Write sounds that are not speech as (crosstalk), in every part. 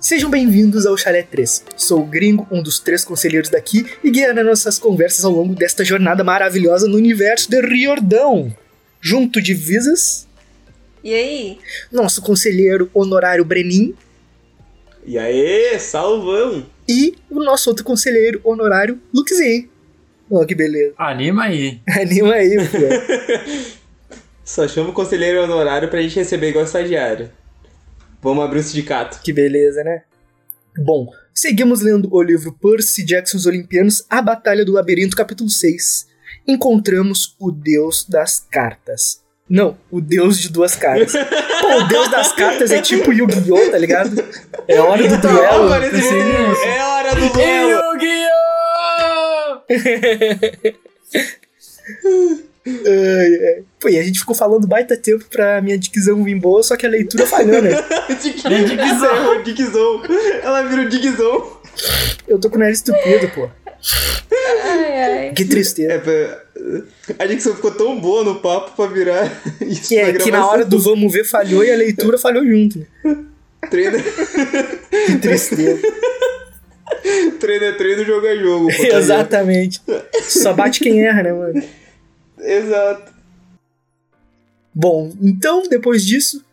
Sejam bem-vindos ao Chalé 3. Sou o Gringo, um dos três conselheiros daqui, e guiará nossas conversas ao longo desta jornada maravilhosa no universo de Riordão. Junto de Visas, E aí? nosso conselheiro honorário Brenin E aí, salvão! e o nosso outro conselheiro honorário Luxin. Ó, que beleza. Anima aí. (laughs) Anima aí, pô. Só chama o conselheiro honorário pra gente receber igual estagiário. Vamos abrir o sindicato. que beleza, né? Bom, seguimos lendo o livro Percy Jackson os Olimpianos, A Batalha do Labirinto, capítulo 6. Encontramos o Deus das Cartas. Não, o Deus de duas caras. Pô, o Deus das Cartas é tipo Yu-Gi-Oh, tá ligado? É hora do duelo. assim. Agora esse pensei menino, nisso. é hora do duelo! Ai, ai. Pô, e a gente ficou falando baita tempo pra minha dicção vir boa, só que a leitura falhou, né? Dick- É Dickzão. Ela errou Dickzão. Ela virou Dickzão. Eu tô com o nariz estupido, pô. Ai, ai. Que tristeza. É, pera, a Dickzão ficou tão boa no papo pra virar (laughs) isso Que, é, que na gravação. hora do vamos ver falhou e a leitura falhou junto. né? Treino, Que tristeza. treino é treino, jogo é jogo. pô, tá ligado? Exatamente. Só bate quem erra, né, mano? Exato. Bom, então, depois disso.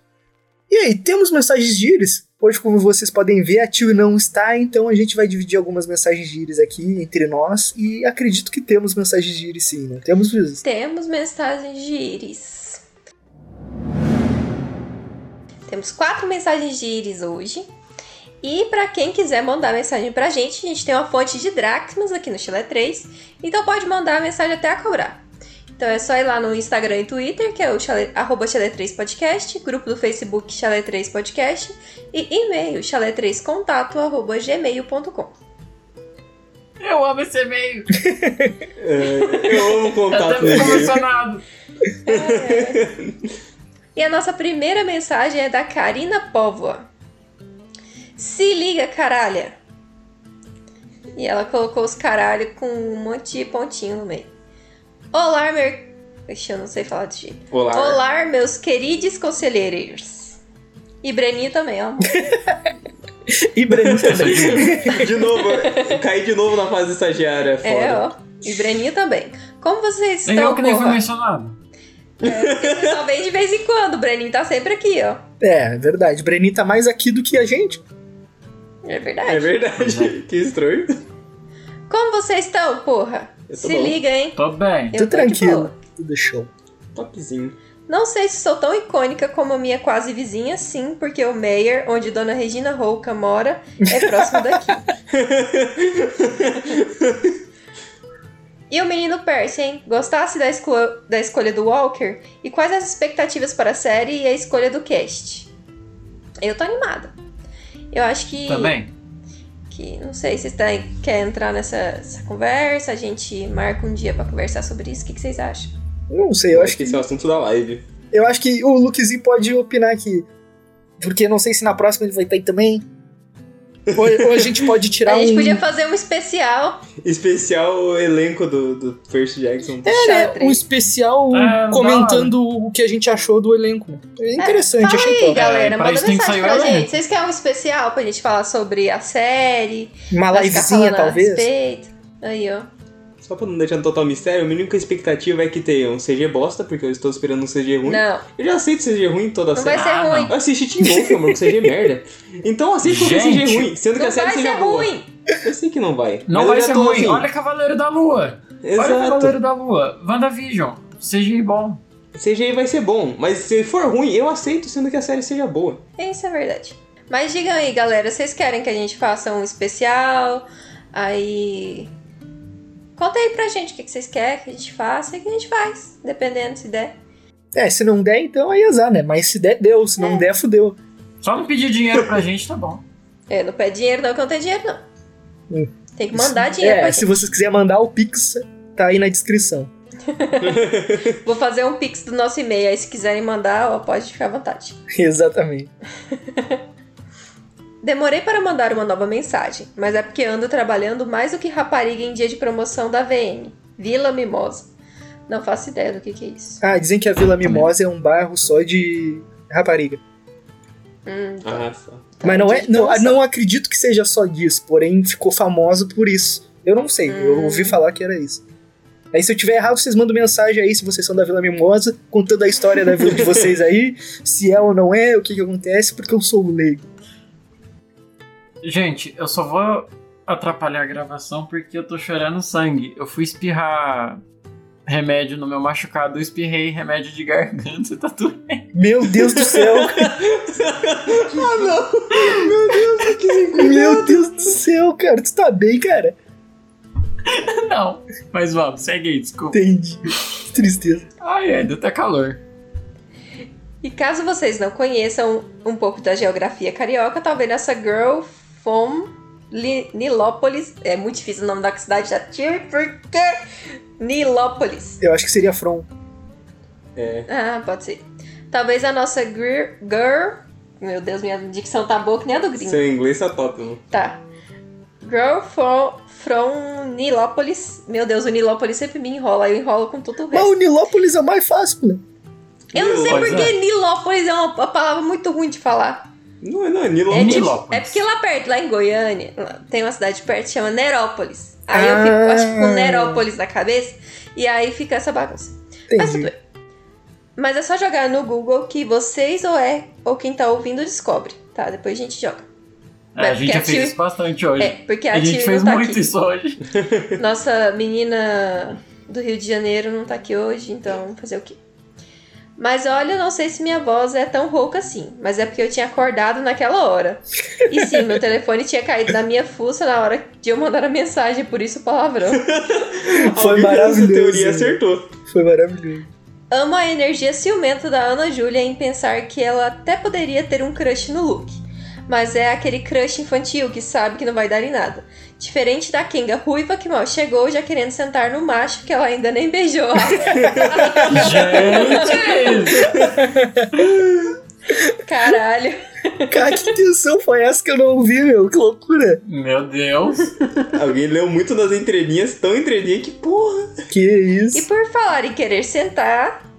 E aí, temos mensagens de íris? Hoje, como vocês podem ver, a tio não está, então a gente vai dividir algumas mensagens de íris aqui entre nós. E acredito que temos mensagens de íris sim, né? Temos vezes. Temos mensagens de íris. Temos quatro mensagens de íris hoje. E pra quem quiser mandar mensagem pra gente, a gente tem uma fonte de dracmas aqui no Chile 3. Então pode mandar a mensagem até a cobrar. Então é só ir lá no Instagram e Twitter, que é o chale, arroba chale 3 podcast, grupo do Facebook chale 3 podcast e e-mail chale 3 contato arroba gmail.com. Eu amo esse e-mail. É, eu amo Eu até contato fico dele. emocionado. E a nossa primeira mensagem é da Karina Póvoa. Se liga, caralha! E ela colocou os caralho com um monte de pontinho no meio. Olá, meu... Ixi, eu não sei falar de jeito. Olá. Olá, meus queridos conselheiros. E Breninho também, (laughs) ó. E Breno também. De novo, eu caí de novo na fase do estagiário, é foda. É, ó. E Breninho também. Como vocês Nem eu estão, que nem Então, fui porra? mencionado. (laughs) Só vem de vez em quando, o Breninho tá sempre aqui, ó. É, é verdade. Breninho tá mais aqui do que a gente. É É verdade. verdade. Que estranho. Como vocês estão, porra? Eu tô Se bom. liga, hein? Tô bem. Eu Tô de tranquilo. boa. Tudo show. Topzinho. Não sei se sou tão icônica como a minha quase vizinha, sim, porque o Meyer, onde Dona Regina Rouca mora, é próximo daqui. (laughs) E o menino Percy, hein? Gostasse da, esco- da escolha do Walker? E quais as expectativas para a série e a escolha do cast? Eu tô animada. Eu acho que. Também. que não sei se vocês têm- querem entrar nessa essa conversa, a gente marca um dia pra conversar sobre isso. O que que vocês acham? Não sei, eu acho que esse é o assunto da live. Eu acho que o Lukezinho pode opinar aqui. Porque não sei se na próxima ele vai estar aí também. Ou, ou a gente pode tirar A gente um. podia fazer um especial Especial o elenco do, do Percy Jackson. É, né, xadrez. um especial É, comentando o que a gente achou do elenco. É interessante, achei E aí, top. galera, É, pra manda isso tem que mensagem sair pra o gente. elenco. Vocês querem um especial pra gente falar sobre a série? Uma pra ficar livezinha, falando né? a talvez. respeito? Aí, ó. Só pra não deixar no total mistério, a minha única expectativa é que tenha um CG bosta, porque eu estou esperando um CG ruim. Não, Eu já aceito CG ruim em toda a não vai série. ser Ah, ruim. Eu assisti Team Wolf, meu amor, com CG merda. Então aceito qualquer Gente. CG ruim, sendo Não, que a série vai seja ser boa. ruim. Eu sei que não vai. Não mas vai eu já ser tô ruim. assim. Olha Cavaleiro da Lua. Olha Exato. Cavaleiro da Lua. WandaVision. CGI bom. CG vai ser bom, mas se for ruim, eu aceito, sendo que a série seja boa. Isso é verdade. Mas digam aí, galera, vocês querem que a gente faça um especial? Aí. Conta aí pra gente o que que vocês querem que a gente faça e o que a gente faz, dependendo se der. É, se não der, então aí azar, né? Mas se der, deu. Se não É. der, fudeu. Só não pedir dinheiro pra gente, tá bom. É, não pede dinheiro, não, que eu não tenho dinheiro, não. Tem que mandar dinheiro Hum. É, pra se vocês quiserem mandar o Pix, tá aí na descrição. (laughs) gente. Vou fazer um pix do nosso e-mail. Aí se quiserem mandar, ó, pode ficar à vontade. Exatamente. Demorei para mandar uma nova mensagem, mas é porque ando trabalhando mais do que rapariga em dia de promoção da VM, Vila Mimosa. Não faço ideia do que, que é isso. Ah, dizem que a Vila Mimosa é um bairro só de rapariga. Hum, Arrasa. Mas não é. Então, Não, só- não acredito que seja só disso, porém ficou famosa por isso. Eu não sei, eu Ah. Hum. ouvi falar que era isso. Aí se eu tiver errado, vocês mandam mensagem aí se vocês são da Vila Mimosa, contando a história da vila de vocês aí, se é ou não é, o que que acontece, porque eu sou o leigo. Gente, eu só vou atrapalhar a gravação porque eu tô chorando sangue. Eu fui espirrar remédio no meu machucado, eu espirrei remédio de garganta, (laughs) tá tudo. Meu Deus do céu! (laughs) Ah, não! Meu Deus, que Meu Deus do céu, cara, tu tá bem, cara? Não, mas vamos, segue aí, desculpa. Entendi. Que Tristeza. Ai, ainda tá calor. E caso vocês não conheçam um pouco da geografia carioca, talvez essa girl from Li- Nilópolis. É muito difícil o nome da cidade, já tive, porque. Nilópolis. Eu acho que seria From. É. Ah, pode ser. Talvez a nossa gir- girl. Meu Deus, minha dicção tá boa que nem a do gringo. Seu inglês tá top, mano. Tá. Girl from, from Nilópolis. Meu Deus, o Nilópolis sempre me enrola. Eu enrolo com todo o Mas resto. o Nilópolis é o mais fácil, né? Eu não sei Pois porque é. Nilópolis é uma uma palavra muito ruim de falar. Não, não, é Nilo. É, tipo, Nilópolis. é porque lá perto, lá em Goiânia, lá- tem uma cidade perto que chama Nerópolis. Aí eu Ah. fico, eu acho que com Nerópolis na cabeça, e aí fica essa bagunça. Mas tudo Entendi. bem. Mas é só jogar no Google que vocês ou é, ou quem tá ouvindo descobre, tá? Depois a gente joga. É, a Mas porque gente já a fez Tio- isso bastante hoje. É, porque a, a gente Tio fez não tá muito aqui. isso hoje. Nossa menina do Rio de Janeiro não tá aqui hoje, então fazer o quê? Mas olha, eu não sei se minha voz é tão rouca assim, mas é porque eu tinha acordado naquela hora. E sim, meu telefone tinha caído na minha fuça na hora de eu mandar a mensagem, por isso o palavrão. Foi Alguém fez essa maravilhoso. teoria acertou. Foi maravilhoso. Amo a energia ciumenta da Ana Júlia em pensar que ela até poderia ter um crush no Luke. Mas é aquele crush infantil que sabe que não vai dar em nada. Diferente da Kenga ruiva que mal chegou já querendo sentar no macho que ela ainda nem beijou. (laughs) gente! Caralho. Cara, que intenção foi essa que eu não ouvi, meu? Que loucura. Meu Deus! Alguém leu muito nas entrelinhas, tão entrelinha que porra. (laughs) Que isso. E por falar em querer sentar.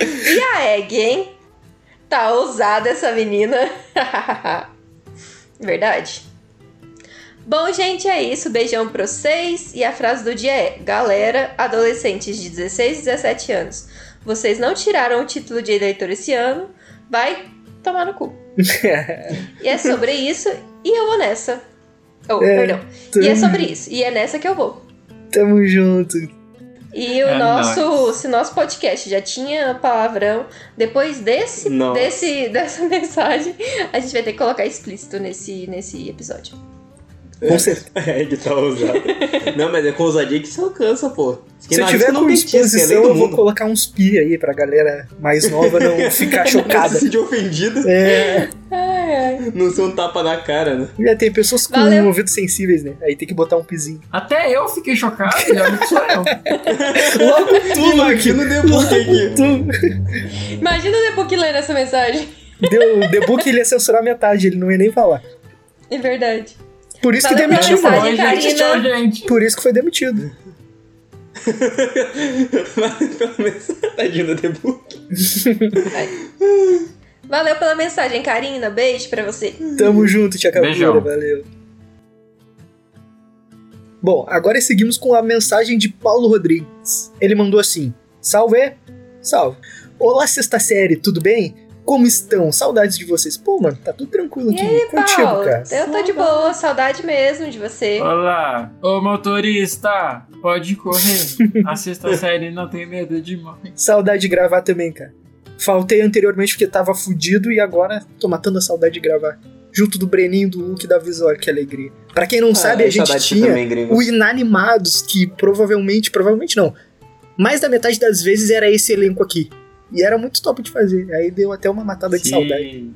e a Egg, hein? Tá ousada essa menina. (laughs) Verdade. Bom, gente, é isso. Beijão pra vocês. E a frase do dia é: Galera, adolescentes de 16 e 17 anos, vocês não tiraram o título de eleitor esse ano, vai tomar no cu. e é sobre isso. E eu vou nessa. Oh, É, perdão. E é sobre isso. E é nessa que eu vou. Tamo junto. E o É nosso, se nosso podcast já tinha palavrão, depois desse, Nossa. desse (laughs) dessa mensagem, a gente vai ter que colocar explícito nesse, nesse episódio. Com certeza. É, que tá ousado. não, mas é com ousadia que se alcança, pô. Quem Se eu não tiver arrisca, não com petisca, é lei disposição, do eu vou mundo. colocar uns pi aí pra galera mais nova (laughs) não ficar Não se chocada. sentir ofendido, É, Ai, ai. não ser um tapa na cara, né? já tem pessoas com Valeu. ouvidos sensíveis, né? Aí tem que botar um pizinho. Até eu fiquei chocado, e olha que sou (laughs) eu. Logo tu, Luke! Aqui no debut aqui. Tu. Imagina depois que lendo essa mensagem. Deu, o debug ele ia censurar metade, ele não ia nem falar. É verdade. Por isso que Valeu pela demitiu, Mas mensagem. mano. foi, gente. Karina. Tchau, gente. Por isso que foi demitido. Mas pelo menos (laughs) tadinho do debut. Valeu pela mensagem, Karina. Beijo pra você. Tamo junto, Tia Cabura, Beijão. valeu. Bom, agora seguimos com a mensagem de Paulo Rodrigues. Ele mandou assim: Salve! Salve! Olá, sexta série, tudo bem? Como estão? Saudades de vocês. Pô, mano, tá tudo tranquilo aqui. Contigo, Paulo, cara. eu tô de boa, saudade mesmo de você. Olá, ô motorista, pode (laughs) correr. A sexta série não tem medo de morrer. Saudade de gravar também, cara. Faltei anteriormente porque tava fudido e agora tô matando a saudade de gravar. Junto do Breninho, do Luke e da Visor, que alegria. Pra quem não sabe, a gente Ah, saudade tinha. também, gringo. o Inanimados, que provavelmente, provavelmente não, mais da metade das vezes era esse elenco aqui. E era muito top de fazer. Aí deu até uma matada de saudade. Sim.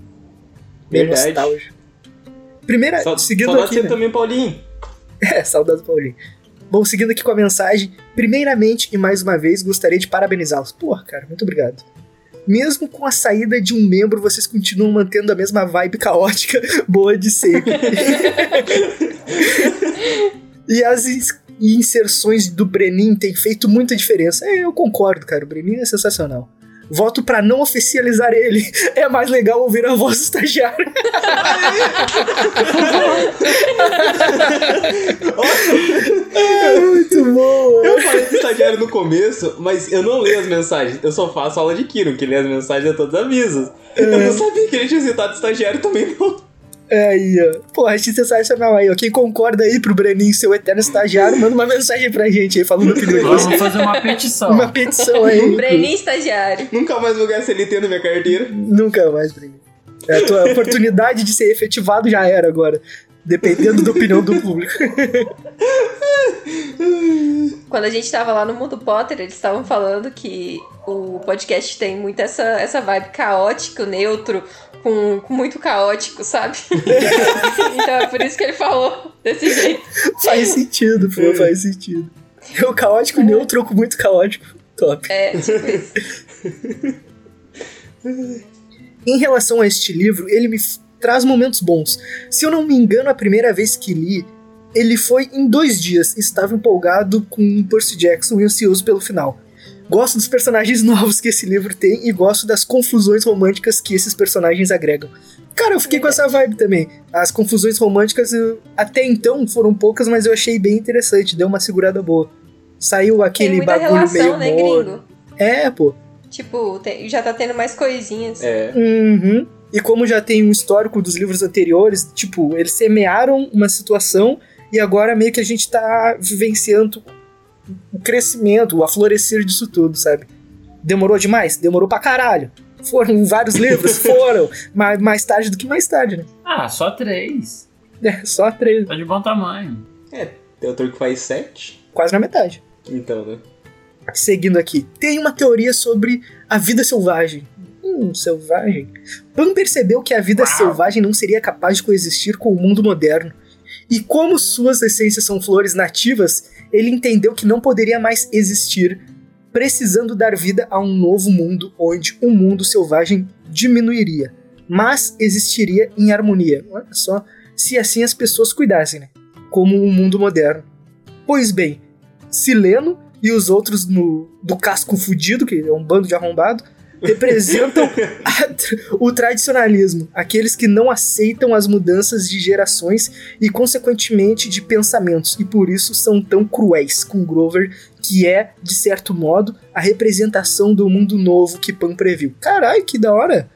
Meio Verdade. nostálgico. Primeira, Sa- seguindo saudade aqui. seu né? também, Paulinho. (laughs) É, saudade do Paulinho. Bom, seguindo aqui com a mensagem, primeiramente e mais uma vez gostaria de parabenizá-los. Porra, cara, muito obrigado. Mesmo com a saída de um membro, vocês continuam mantendo a mesma vibe caótica (laughs) boa de sempre. (laughs) e as ins- e inserções do Brenin têm feito muita diferença. É, eu concordo, cara, o Brenin é sensacional. Voto pra não oficializar ele. (laughs) É mais legal ouvir a voz do estagiário. É muito bom. Eu falei do estagiário no começo, mas eu não leio as mensagens. Eu só faço aula de Kiro, que lê as mensagens a todas as avisas. Eu É. não sabia que ele tinha citado estagiário também, não. Aí, ó. Pô, achei sensacional aí, ó. Quem concorda aí pro Breninho, seu eterno estagiário, manda uma mensagem pra gente aí falando que Vamos fazer uma petição. Uma petição aí. Breninho estagiário. Nunca mais vou ganhar CLT na minha carteira. Nunca mais, Breninho. É, a tua oportunidade de ser efetivado já era agora. Dependendo da opinião do público. Quando a gente tava lá no Mundo Potter, eles estavam falando que o podcast tem muito essa, essa vibe caótico, neutro, com, com muito caótico, sabe? (laughs) então é por isso que ele falou desse jeito. (laughs) faz sentido, pô, faz sentido. É o caótico neutro com muito caótico. Top. É, tipo isso. (laughs) Em relação a este livro, ele me f- traz momentos bons. Se eu não me engano, a primeira vez que li, ele foi em dois dias. Estava empolgado com Percy Jackson e ansioso pelo final. Gosto dos personagens (laughs) novos que esse livro tem e gosto das confusões românticas que esses personagens agregam. Cara, eu fiquei com essa vibe também. As confusões românticas eu- até então foram poucas, mas eu achei bem interessante, deu uma segurada boa. Saiu Tem aquele muita bagulho meio relação, né, morno. gringo? É, pô. Tipo, tem- já tá tendo mais coisinhas. É. Uhum. E como já tem um histórico dos livros anteriores, tipo, eles semearam uma situação e agora meio que a gente tá vivenciando o crescimento, o aflorescer disso tudo, sabe? Demorou demais? Demorou pra caralho. Foram vários (laughs) livros? Foram. Mas mais tarde do que mais tarde, né? Ah, só três. É, só três, Tá de bom tamanho. Tem autor que faz sete? quase na metade. Então, né? Seguindo aqui, tem uma teoria sobre a vida selvagem. Hum, selvagem. Pan percebeu que a vida Uau. selvagem não seria capaz de coexistir com o mundo moderno. E como suas essências são flores nativas, ele entendeu que não poderia mais existir, precisando dar vida a um novo mundo onde o mundo selvagem diminuiria, mas existiria em harmonia. Olha só, se assim as pessoas cuidassem, né? Como o mundo moderno. Pois bem, Sileno e os outros no- do casco fudido, que é um bando de arrombado, representam a tra- o tradicionalismo, aqueles que não aceitam as mudanças de gerações e, consequentemente, de pensamentos, e por isso são tão cruéis com Grover, que é, de certo modo, a representação do mundo novo que Pan previu. Caralho, que da hora!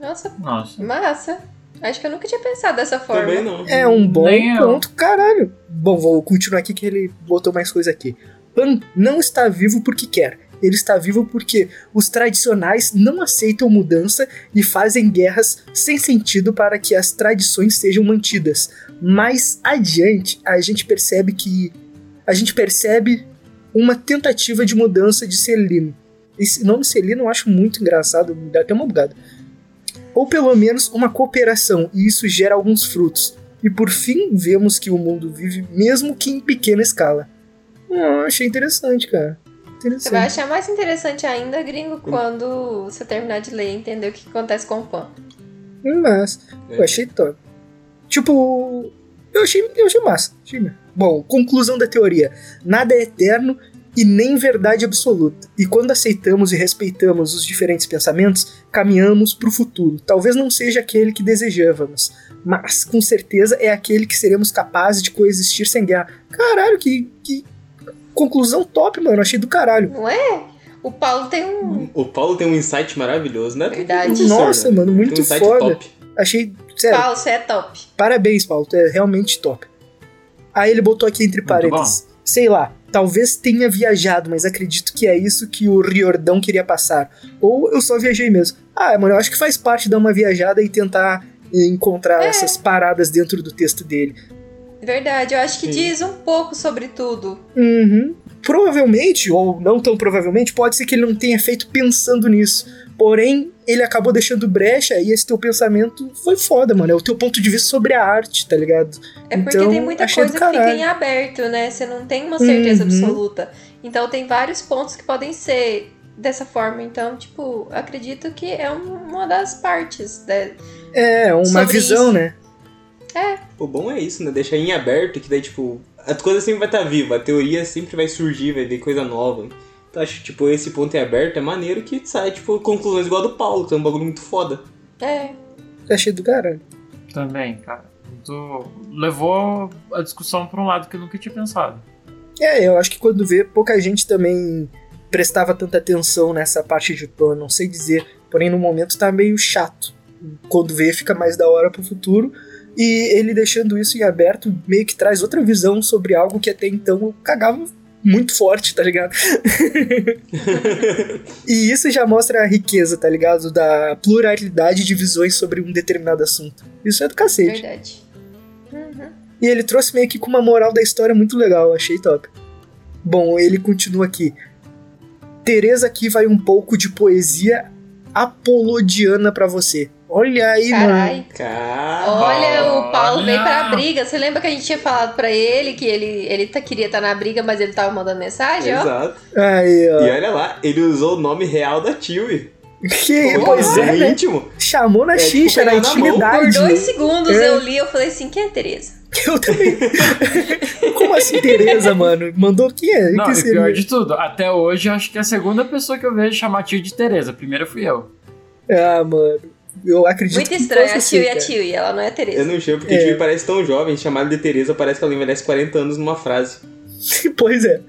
Nossa, Nossa. massa. Acho que eu nunca tinha pensado dessa forma. Também não. É um bom Nem eu. ponto, caralho. Bom, vou continuar aqui que ele botou mais coisa aqui. Pan não está vivo porque quer. Ele está vivo porque os tradicionais não aceitam mudança e fazem guerras sem sentido para que as tradições sejam mantidas. Mais adiante, a gente percebe que a gente percebe uma tentativa de mudança de Celino. Esse nome Celino eu acho muito engraçado, me dá até uma bugada. Ou pelo menos uma cooperação, e isso gera alguns frutos. E por fim, vemos que o mundo vive mesmo que em pequena escala. Ah, achei interessante, cara. Você Interessante. vai achar mais interessante ainda, gringo, quando você terminar de ler e entender o que acontece com o Pan. Hum, Mas, É. eu achei top. Tipo, eu achei, eu achei massa. achei massa. Bom, conclusão da teoria. Nada é eterno e nem verdade absoluta. E quando aceitamos e respeitamos os diferentes pensamentos, caminhamos para o futuro. Talvez não seja aquele que desejávamos, mas com certeza é aquele que seremos capazes de coexistir sem guerra. Caralho, que, que conclusão top, mano. Achei do caralho. Não é? O Paulo tem um. O Paulo tem um insight maravilhoso, né? Verdade. Professor, Nossa, né? mano, Tem um muito insight foda. top. Achei, sério. Paulo, você é top. Parabéns, Paulo, tu é realmente top. Aí ele botou aqui entre Muito parênteses. Sei lá, talvez tenha viajado, mas acredito que é isso que o Riordão queria passar. Ou eu só viajei mesmo. Ah, mano, eu acho que faz parte dar uma viajada e tentar eh, encontrar É. essas paradas dentro do texto dele. Verdade, eu acho que Sim. diz um pouco sobre tudo. Uhum. Provavelmente, ou não tão provavelmente, pode ser que ele não tenha feito pensando nisso. Porém, ele acabou deixando brecha e esse teu pensamento foi foda, mano. É o teu ponto de vista sobre a arte, tá ligado? É porque Então, tem muita achei coisa do que fica caralho. em aberto, né? Você não tem uma certeza Uhum. absoluta. Então tem vários pontos que podem ser dessa forma. Então, tipo, acredito que é um- uma das partes. né? É, uma Sobre visão, isso. né? O bom é isso, né? Deixar em tá aberto, que daí, tipo, a coisa sempre vai estar viva, a teoria sempre vai surgir, vai vir coisa nova. Acho que, tipo, esse ponto é aberto, é maneiro que sai, tipo, conclusões igual a do Paulo, que é um bagulho muito foda. É. Achei do caralho. Também, cara. Muito- Levou a discussão pra um lado que eu nunca tinha pensado. É, eu acho que quando vê, pouca gente também prestava tanta atenção nessa parte de plano, não sei dizer. Porém, no momento tá meio chato. Quando vê, fica mais da hora pro futuro. E ele deixando isso em aberto meio que traz outra visão sobre algo que até então eu cagava muito forte, tá ligado? e isso já mostra a riqueza, tá ligado? Da pluralidade de visões sobre um determinado assunto. Isso é do cacete. Verdade. Uhum. E ele trouxe meio que com uma moral da história muito legal, achei top. Bom, ele continua aqui. Tereza aqui vai um pouco de poesia apolodiana pra você. Olha aí, mano. Carai. Cara. Olha, o Paulo veio pra Olha. briga. Você lembra que a gente tinha falado pra ele que ele, ele tá- queria estar na briga, mas ele tava mandando mensagem, ó? Exato. Aí, ó. E olha lá, ele usou o nome real da Tilly. Que, pois Pô, é, né? íntimo. Chamou na É, tipo, xixa, na pegar na mão. Por intimidade. dois segundos É. eu li, eu falei assim, quem é Tereza? (laughs) Eu também. (laughs) Como assim, Tereza, mano? Mandou quem é? Não, Quem e seria? pior de tudo, até hoje eu acho que é a segunda pessoa que eu vejo chamar tio de Tereza. A primeira fui eu. Ah, mano. Eu acredito Muito que assim, estranho, possa a ser, Tio e a cara. Tio, e ela não é Eu Tereza. não sei, porque É. Tilly parece tão jovem, chamada de Tereza, parece que ela envelhece 40 anos numa frase. (laughs) Pois é.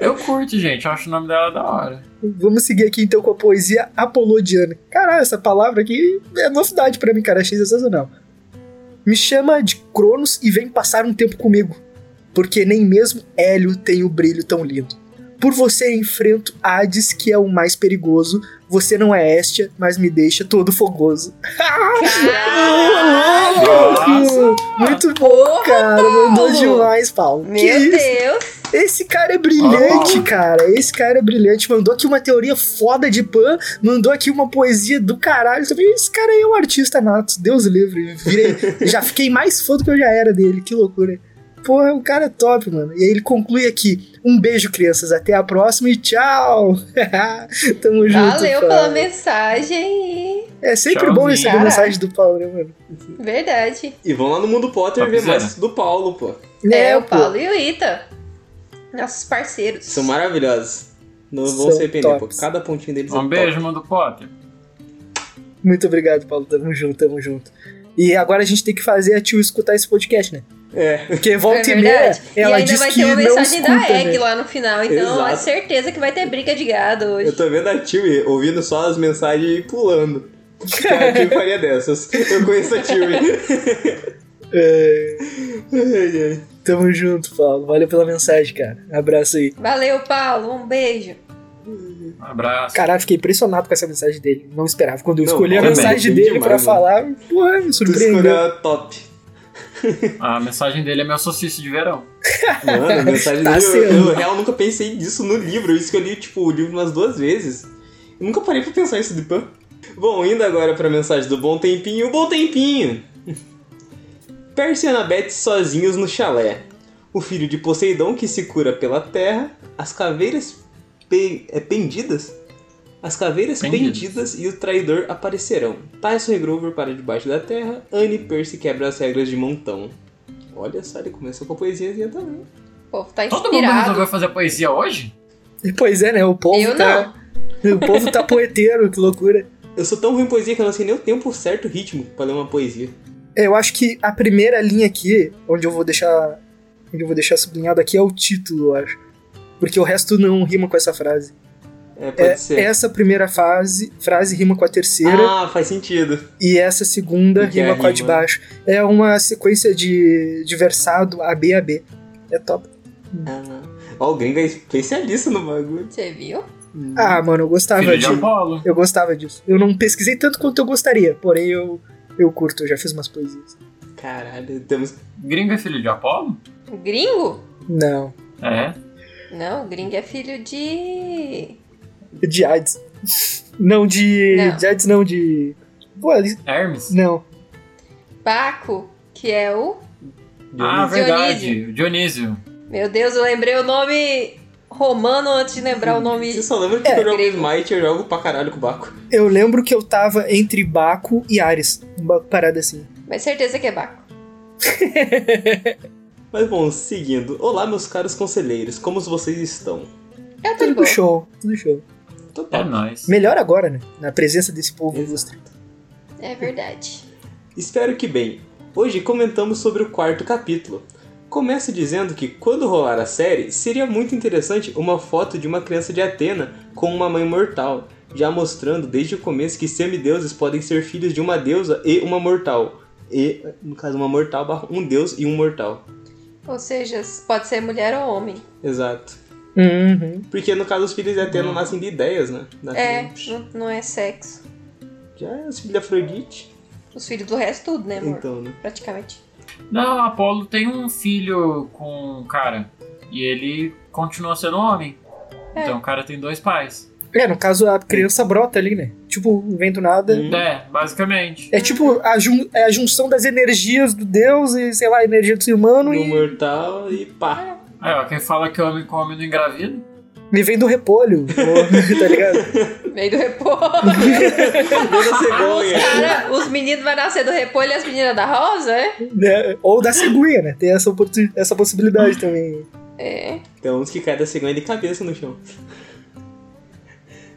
Eu curto, gente. Eu acho o nome dela da hora. Vamos seguir aqui então com a poesia apolodiana. Caralho, essa palavra aqui é novidade pra mim, cara. Achei sensacional. Me chama de Cronos e vem passar um tempo comigo, porque nem mesmo Hélio tem o brilho tão lindo. Por você enfrento Hades, que é o mais perigoso. Você não é Estia, mas me deixa todo fogoso. (laughs) Nossa! Muito bom, cara. Mandou Paulo! demais, Paulo. Meu que isso? Deus! Esse cara é brilhante, Ah. cara. Esse cara é brilhante. Mandou aqui uma teoria foda de Pan, mandou aqui uma poesia do caralho também. Esse cara aí é um artista nato, Deus livre. Virei, (laughs) já fiquei mais fã do que eu já era dele, que loucura. Porra, o cara é top, mano. E aí ele conclui aqui: um beijo, crianças. Até a próxima e tchau. (laughs) Tamo junto. Valeu pela Paulo. mensagem e... É sempre bom Tchauzinho. receber Caralho. mensagem do Paulo, né, mano? Verdade. E vão lá no Mundo Potter Tá ver pisando. mais do Paulo, pô. É, Né, o pô? Paulo e o Ita. Nossos parceiros. São maravilhosos. Não São vão se arrepender, pô. tops. Cada pontinho deles é Um top. beijo, mando Potter. Muito obrigado, Paulo. Tamo junto, tamo junto. E agora a gente tem que fazer a tio escutar esse podcast, né? É, Porque volta é e meia, verdade. e ela ainda diz vai que ter uma não mensagem escuta, da Egg né? lá no final, então Exato. é certeza que vai ter briga de gado hoje. eu tô vendo a Tilly ouvindo só as mensagens e pulando. Cara, a Tilly faria dessas. Eu conheço a Tilly. É, Ai, ai. tamo junto, Paulo. Valeu pela mensagem, cara. Abraço aí. Valeu, Paulo. Um beijo. Um abraço. Caralho, fiquei impressionado com essa mensagem dele. Não esperava. Quando eu Não, escolhi a Paulo, mensagem bem dele demais, pra né? falar, porra, me Tu escolheu surpreendeu. a top. A mensagem dele é meu salsicha de verão. Mano, a mensagem Tá dele, eu- eu, sendo. na real, nunca pensei nisso no livro. Isso que eu li, tipo, o livro umas duas vezes. Eu nunca parei pra pensar isso de pan. Bom, indo agora pra mensagem do Bom Tempinho. Bom Tempinho! (laughs) Percy e Annabeth sozinhos no chalé. O filho de Poseidon que se cura pela terra. As caveiras pe- é, pendidas? As caveiras Pendidas. pendidas e o traidor aparecerão. Tyson e Grover para debaixo da terra. Anne e Percy quebra as regras de montão. Olha só, ele começou com a poesiazinha também. O povo tá Todo mundo inspirado. resolveu fazer poesia hoje? Pois é, né? O povo Eu tá. O povo tá poeteiro, que loucura. Eu sou tão ruim em poesia que eu não sei nem o tempo certo, o ritmo, pra ler uma poesia. É, Eu acho que a primeira linha aqui, onde eu vou deixar. Onde eu vou deixar sublinhado aqui é o título, eu acho. Porque o resto não rima com essa frase. É, pode É, ser. Essa primeira fase, frase rima com a terceira. Ah, faz sentido. E essa segunda Que é a rima com a de rima. baixo. É uma sequência de, de versado A, B, A, B. É top. Ó, o gringo é especialista no bagulho. Você viu? Ah, mano, eu gostava Filho de disso. Apolo. Eu gostava disso. Eu não pesquisei tanto quanto eu gostaria, porém eu, eu curto, eu já fiz umas poesias. Caralho, temos. Gringo é filho de Apolo? O gringo? Não. É. Não, o gringo é filho de. De AIDS. Não, de. Não. De AIDS não, de. Pô, de- Hermes? não. Baco, que é o. Ah, Dionísio. verdade. Dionísio. Meu Deus, eu lembrei o nome romano antes de lembrar o nome. Você só lembra que É, eu jogo gringo. Smite eu jogo pra caralho com o Baco. Eu lembro que eu tava entre Baco e Ares. Uma parada assim. Mas certeza que é Baco. Mas bom, seguindo. Olá, meus caros conselheiros, como vocês estão? Eu tô Tá de Tudo do boa. show, tudo show. Tô É top. nóis. Melhor agora, né? Na presença desse povo Exato. ilustre. É verdade. Espero que bem. Hoje comentamos sobre o quarto capítulo. Começo dizendo que, quando rolar a série, seria muito interessante uma foto de uma criança de Atena com uma mãe mortal, já mostrando desde o começo que semideuses podem ser filhos de uma deusa e uma mortal. E, no caso, uma mortal, barra um deus e um mortal. Ou seja, pode ser mulher ou homem. Exato. Uhum. Porque, no caso, os filhos de Atena Hum. nascem de ideias, né? Da É, Atena. não, não é sexo. Já é os filhos de Afrodite. Os filhos do resto, tudo, né, amor? Então, né? Praticamente. Não, Apolo tem um filho com um cara. E ele continua sendo um homem. É. Então o cara tem dois pais. É, no caso, a criança brota ali, né? Tipo, não vem do nada. Hum. É, basicamente. É tipo a, jun- é a junção das energias do deus e, sei lá, a energia do ser humano. um No E Um mortal e pá. É, ó, quem fala que homem com homem não engravida. ele vem do repolho, ou- (laughs) tá ligado? Meio do repolho. (laughs) Vem da cegonha. Cara, os meninos vão nascer do repolho e as meninas da rosa, é? Né? Ou da cegonha, né? Tem essa, oportu- essa possibilidade também. É. Tem uns que caem da cegonha de cabeça no chão.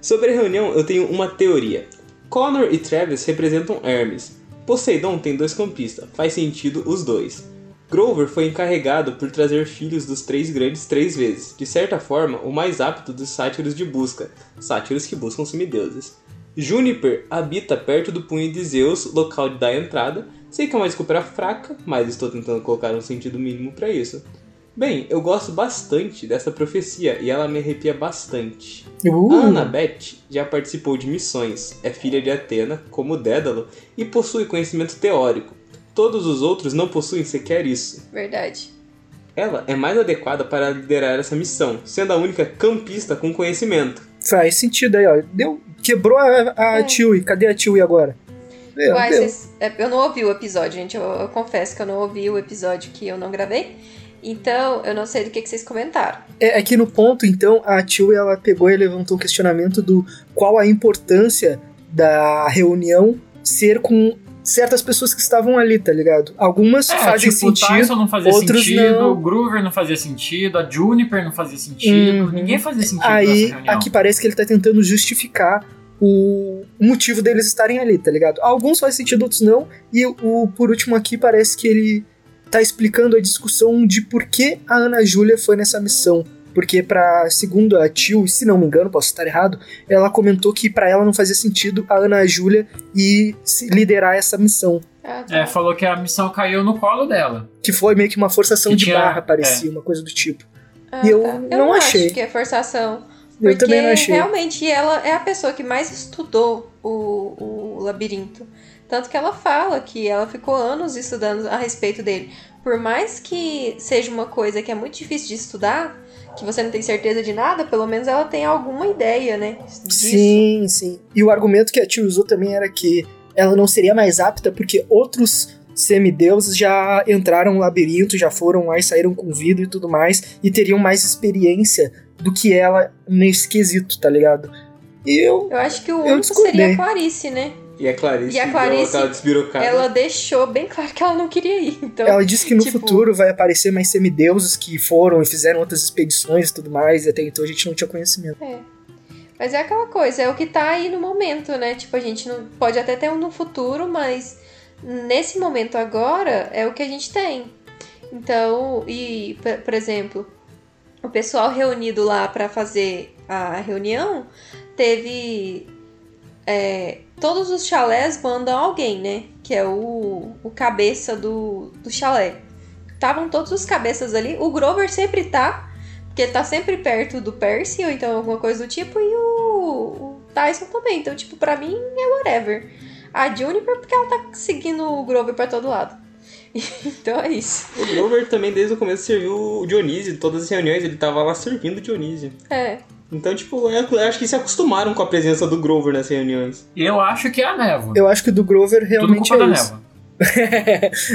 Sobre a reunião, eu tenho uma teoria. Connor e Travis representam Hermes. Poseidon tem dois campistas, faz sentido os dois. Grover foi encarregado por trazer filhos dos três grandes três vezes, de certa forma, o mais apto dos sátiros de busca, sátiros que buscam semideuses. Juniper habita perto do punho de Zeus, local da entrada. Sei que é uma desculpa fraca, mas estou tentando colocar um sentido mínimo para isso. Bem, eu gosto bastante dessa profecia e ela me arrepia bastante. Uh, A Anabete já participou de missões, é filha de Atena, como Dédalo, e possui conhecimento teórico. Todos os outros não possuem sequer isso. Verdade. Ela é mais adequada para liderar essa missão, sendo a única campista com conhecimento. Faz sentido aí, ó. Deu, quebrou a, a É. Tilly. Cadê a Tilly agora? Deu, Uai, deu. vocês- é, eu não ouvi o episódio, gente. Eu, eu confesso que eu não ouvi o episódio que eu não gravei. Então, eu não sei do que, que vocês comentaram. É, é que no ponto, então, a Tilly ela pegou e levantou um questionamento do qual a importância da reunião ser com certas pessoas que estavam ali, tá ligado? Algumas É, fazem tipo, o sentido. Tyson não fazia outros sentido, não. o Groover não fazia sentido, a Juniper não fazia sentido, Uhum. ninguém fazia sentido Aí, nessa reunião. aqui parece que ele tá tentando justificar o motivo deles estarem ali, tá ligado? Alguns faz sentido, outros não. E o por último aqui parece que ele tá explicando a discussão de por que a Ana Júlia foi nessa missão. Porque para segundo a Tio, se não me engano, posso estar errado, ela comentou que para ela não fazia sentido a Ana Júlia e se liderar essa missão, Ah, tá. É, falou que a missão caiu no colo dela. que foi meio que uma forçação Que de tinha- é. barra, parecia, uma coisa do tipo. Ah, eu tá. não não achei. acho que é forçação. Eu Porque também não achei. realmente ela é a pessoa que mais estudou o, o labirinto. Tanto que ela fala que ela ficou anos estudando a respeito dele. Por mais que seja uma coisa que é muito difícil de estudar, que você não tem certeza de nada, pelo menos ela tem alguma ideia, né? disso. Sim, sim. E o argumento que a tia usou também era que ela não seria mais apta porque outros semideuses já entraram no labirinto, já foram lá e saíram com vida e tudo mais, e teriam mais experiência do que ela nesse quesito, tá ligado? E eu. Eu acho que o Eu único discordei. seria a Clarice, né? E a Clarice, E a deu Clarice, aquela desbirocada. Ela deixou bem claro que ela não queria ir. Então, Ela disse que no tipo- futuro vai aparecer mais semideuses que foram e fizeram outras expedições e tudo mais, e até então a gente não tinha conhecimento. É. Mas é aquela coisa, é o que tá aí no momento, né? Tipo, a gente não pode até ter um no futuro, mas nesse momento agora é o que a gente tem. Então, e p- por exemplo, o pessoal reunido lá pra fazer a reunião teve é, todos os chalés mandam alguém, né? Que é o, o cabeça do, do chalé. Estavam todos os cabeças ali. O Grover sempre tá, porque ele tá sempre perto do Percy, ou então alguma coisa do tipo, e o, o Tyson também. Então, tipo, pra mim é whatever. A Juniper, porque ela tá seguindo o Grover pra todo lado. (laughs) então é isso. O Grover também, desde o começo, serviu o Dionísio. em Todas as reuniões, ele tava lá servindo o Dionísio. É. Então, tipo, eu eu acho que se acostumaram com a presença do Grover nas reuniões. Eu acho que é a névoa. Eu acho que o do Grover Tudo realmente culpa da é isso. névoa.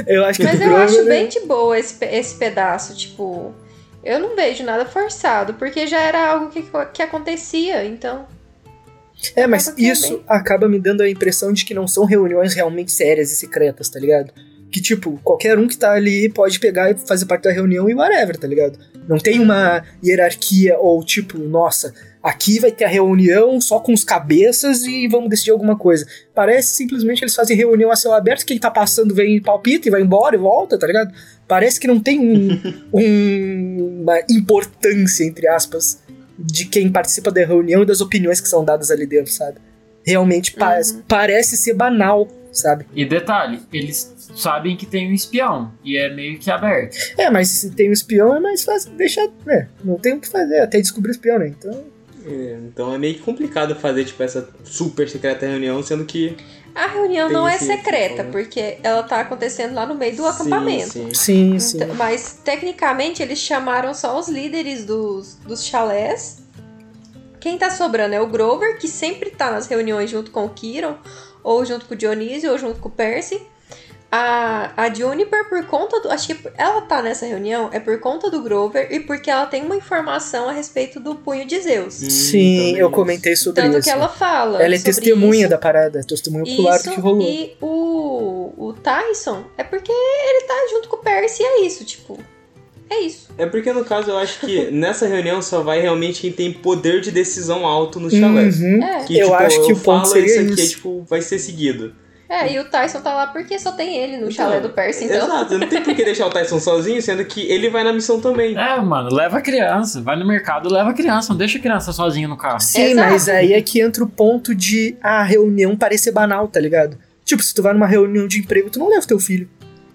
eu acho que o Mas do eu Grover. acho né? bem de boa esse, pe- esse pedaço, tipo. Eu não vejo nada forçado, porque já era algo que, que acontecia, então. É, mas Acaba que é isso bem. acaba me dando a impressão de que não são reuniões realmente sérias e secretas, tá ligado? Que, tipo, qualquer um que tá ali pode pegar e fazer parte da reunião e whatever, tá ligado? Não tem uma hierarquia ou tipo, nossa, aqui vai ter a reunião só com os cabeças e vamos decidir alguma coisa. Parece simplesmente eles fazem reunião a céu aberto, quem tá passando vem e palpita e vai embora e volta, tá ligado? Parece que não tem um, um- uma importância, entre aspas, de quem participa da reunião e das opiniões que são dadas ali dentro, sabe? Realmente pa- Uhum. parece ser banal, sabe? E detalhe, eles sabem que tem um espião e é meio que aberto. É, mas se tem um espião é mais fácil deixar, né? Não tem o que fazer, até descobrir o espião, né? Então. É, então é meio que complicado fazer, tipo, essa super secreta reunião, sendo que. A reunião Tem não é esse- secreta, esse- porque ela tá acontecendo lá no meio do acampamento. Sim, sim. Sim, sim. Então, mas tecnicamente eles chamaram só os líderes dos, dos chalés. Quem tá sobrando é o Grover, que sempre tá nas reuniões junto com o Kiron, ou junto com o Dionísio, ou junto com o Percy. A, a Juniper, por conta do. Acho que ela tá nessa reunião, é por conta do Grover e porque ela tem uma informação a respeito do punho de Zeus. Hum, Sim, também eu isso. comentei sobre Tanto isso. que ela fala. Ela é sobre testemunha isso. da parada, é testemunha ocular do que rolou. E o, o Tyson é porque ele tá junto com o Percy e é isso, tipo. É isso. É porque, no caso, eu acho (laughs) que nessa reunião só vai realmente quem tem poder de decisão alto no chalé. Uhum. É. Que, tipo, Eu acho que o ponto falo, seria isso aqui, isso. tipo, vai ser seguido. É, e o Tyson tá lá porque só tem ele no Então, chalé do Percy, então. Exato, não tem por que deixar o Tyson (laughs) sozinho, sendo que ele vai na missão também. É, mano, leva a criança. Vai no mercado, leva a criança. Não deixa a criança sozinha no ah, carro. Sim, Exato. mas aí é que entra o ponto de a reunião parecer banal, tá ligado? Tipo, se tu vai numa reunião de emprego, tu não leva teu filho.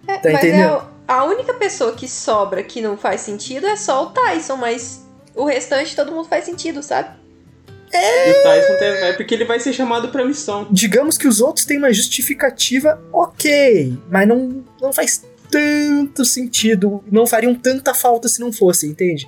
É, Tá mas entendendo? é o- a única pessoa que sobra que não faz sentido é só o Tyson, mas o restante todo mundo faz sentido, sabe? E o Tyson tem- é porque ele vai ser chamado pra missão. Digamos que os outros têm uma justificativa ok, mas não, não faz tanto sentido, não fariam tanta falta se não fosse, entende?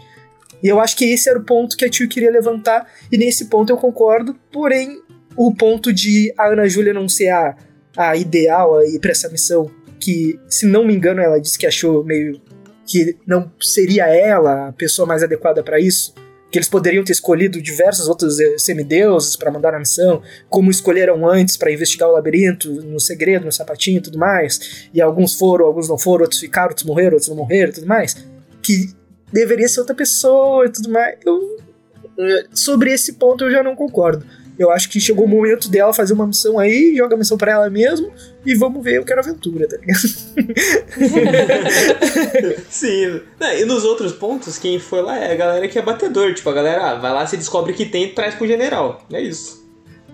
E eu acho que esse era o ponto que a tio queria levantar, e nesse ponto eu concordo, porém, o ponto de a Ana Júlia não ser a, a ideal aí pra essa missão, que, se não me engano, ela disse que achou meio que não seria ela a pessoa mais adequada pra isso, que eles poderiam ter escolhido diversos outros eh, semideuses pra mandar na missão, como escolheram antes pra investigar o labirinto, no segredo, no sapatinho e tudo mais, e alguns foram, alguns não foram, outros ficaram, outros morreram, outros não morreram e tudo mais, que deveria ser outra pessoa e tudo mais. Eu, eh, sobre esse ponto eu já não concordo. Eu acho que chegou o momento dela fazer uma missão aí, joga a missão pra ela mesmo e vamos ver, eu quero aventura, tá ligado? Sim. Né, E nos outros pontos, quem foi lá é a galera que é batedor. Tipo, a galera ah, vai lá, se descobre que tem, traz pro general. É isso.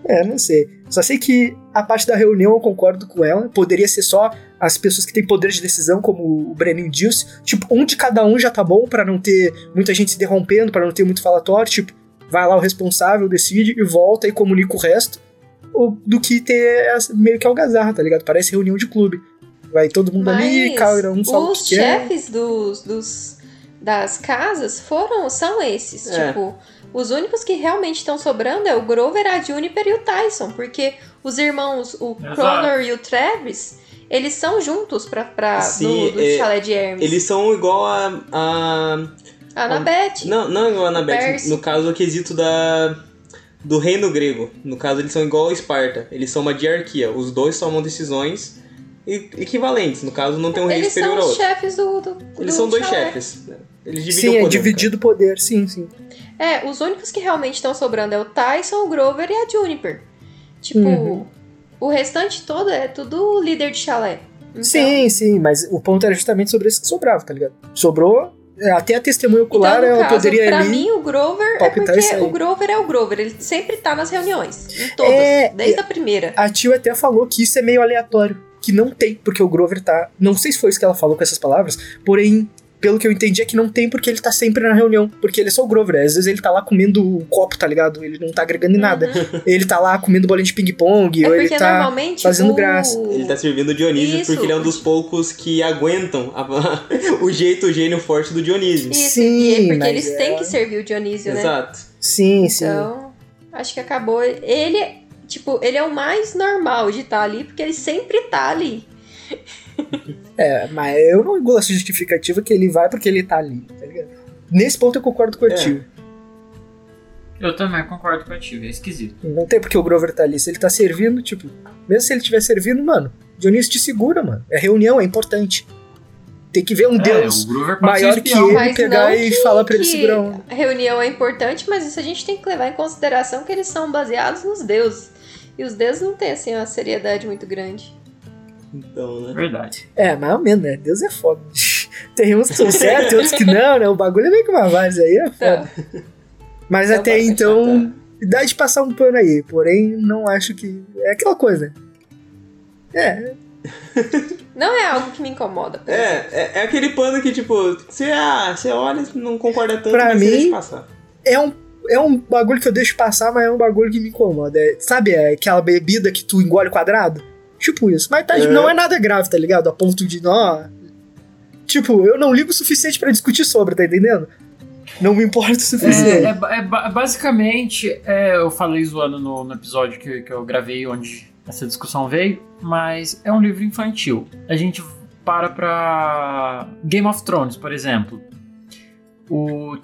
É, não sei. Só sei que a parte da reunião eu concordo com ela. Poderia ser só as pessoas que têm poder de decisão, como o Breninho disse. Tipo, um de cada um já tá bom pra não ter muita gente se interrompendo, pra não ter muito falatório. Tipo, vai lá o responsável, decide e volta e comunica o resto. Ou- Do que ter essa- meio que algazarra, tá ligado? Parece reunião de clube. Vai todo mundo ali, cada um fala o os que quer. chefes dos, dos- das casas foram são esses. É. Tipo, os únicos que realmente estão sobrando é o Grover, a Juniper e o Tyson. Porque os irmãos, o Exato. Cronor e o Travis, eles são juntos pra, pra, Sim, do, do é, chalé de Hermes. Eles são igual a. a... Anabete. Não, não igual a Anabete. Percy. No caso, o quesito da. Do reino grego. No caso, eles são igual a Esparta. Eles são uma diarquia. Os dois tomam decisões e- equivalentes. No caso, não tem um rei Eles superior são ao os outro. chefes do. do Eles do são dois chalé. chefes. Eles Sim, dividem o é poder. no caso. dividido o poder, sim, sim. É, os únicos que realmente estão sobrando é o Tyson, o Grover e a Juniper. Tipo, Uhum. o restante todo é tudo líder de chalé. Então- Sim, sim, mas o ponto era justamente sobre esse que sobrava, tá ligado? Sobrou, é, até a testemunha ocular então, no ela caso, poderia pra ali. mim, o Grover é palpitar isso porque aí. o Grover é o Grover. Ele sempre tá nas reuniões. Em todas. É, desde a primeira. A tio até falou que isso é meio aleatório, que não tem, porque o Grover tá. Não sei se foi isso que ela falou com essas palavras, porém, pelo que eu entendi é que não tem porque ele tá sempre na reunião, porque ele é só o Grover. Às vezes ele tá lá comendo um copo, tá ligado? Ele não tá agregando em nada. Uhum. Ele tá lá comendo bolinha de ping-pong, É ou ele porque tá. normalmente. fazendo o... graça. Ele tá servindo o Dionísio Isso. porque ele é um dos poucos que aguentam a- (laughs) o jeito, o gênio forte do Dionísio. Isso, Sim, e é porque mas eles é- têm que servir o Dionísio, né? Exato. Sim, sim. Então, acho que acabou. Ele, tipo, ele é o mais normal de estar ali, porque ele sempre tá ali. É, mas eu não engulo essa justificativa que ele vai porque ele tá ali, tá ligado? Nesse ponto eu concordo com a É. tio. Eu também concordo com a Tiva, é esquisito. Não tem porque o Grover tá ali. Se ele tá servindo, tipo, mesmo se ele estiver servindo, mano, Dionísio te segura, mano. É reunião, é importante. Tem que ver um deus o Groover pode ser maior que espião. né? ele Mas pegar não e que- falar pra ele que segurar um. A reunião é importante, mas isso a gente tem que levar em consideração que eles são baseados nos deuses. E os deuses não têm, assim, uma seriedade muito grande. Então, né? Verdade. É, mais ou menos, né? Deus é foda. (laughs) Tem uns que são certos, tem outros que não, né? O bagulho é meio que uma base aí, é foda. Então, Mas então até pode então, deixar, dá de passar um pano aí. Porém, não acho que. É aquela coisa, né? É, tá. Não é algo que me incomoda. por exemplo. É, é, é aquele pano que, tipo, você, ah, você olha e não concorda tanto, Pra mas você mim- deixa passar. é um. É um bagulho que eu deixo passar, mas é um bagulho que me incomoda. É- sabe é aquela bebida que tu engole quadrado? Tipo isso. Mas tá- É. não é nada grave, tá ligado? A ponto de, ó. Tipo, eu não ligo o suficiente pra discutir sobre, tá entendendo? Não me importa o suficiente. É, é ba- é ba- basicamente, é, eu falei zoando no, no episódio que, que eu gravei onde essa discussão veio, mas é um livro infantil. A gente para pra Game of Thrones, por exemplo. O,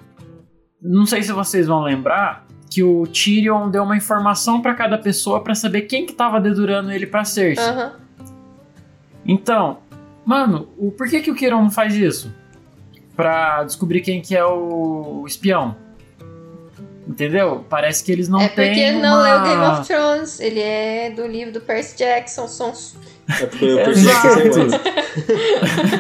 não sei se vocês vão lembrar que o Tyrion deu uma informação pra cada pessoa pra saber quem que tava dedurando ele pra Cersei. Aham. Então, mano, o, por que, que o Queiroz não faz isso? Pra descobrir quem que é o, espião. Entendeu? Parece que eles não É porque têm ele não uma... leu Game of Thrones, ele é do livro do Percy Jackson, são É (laughs) porque eu perdi essa semana. Exato.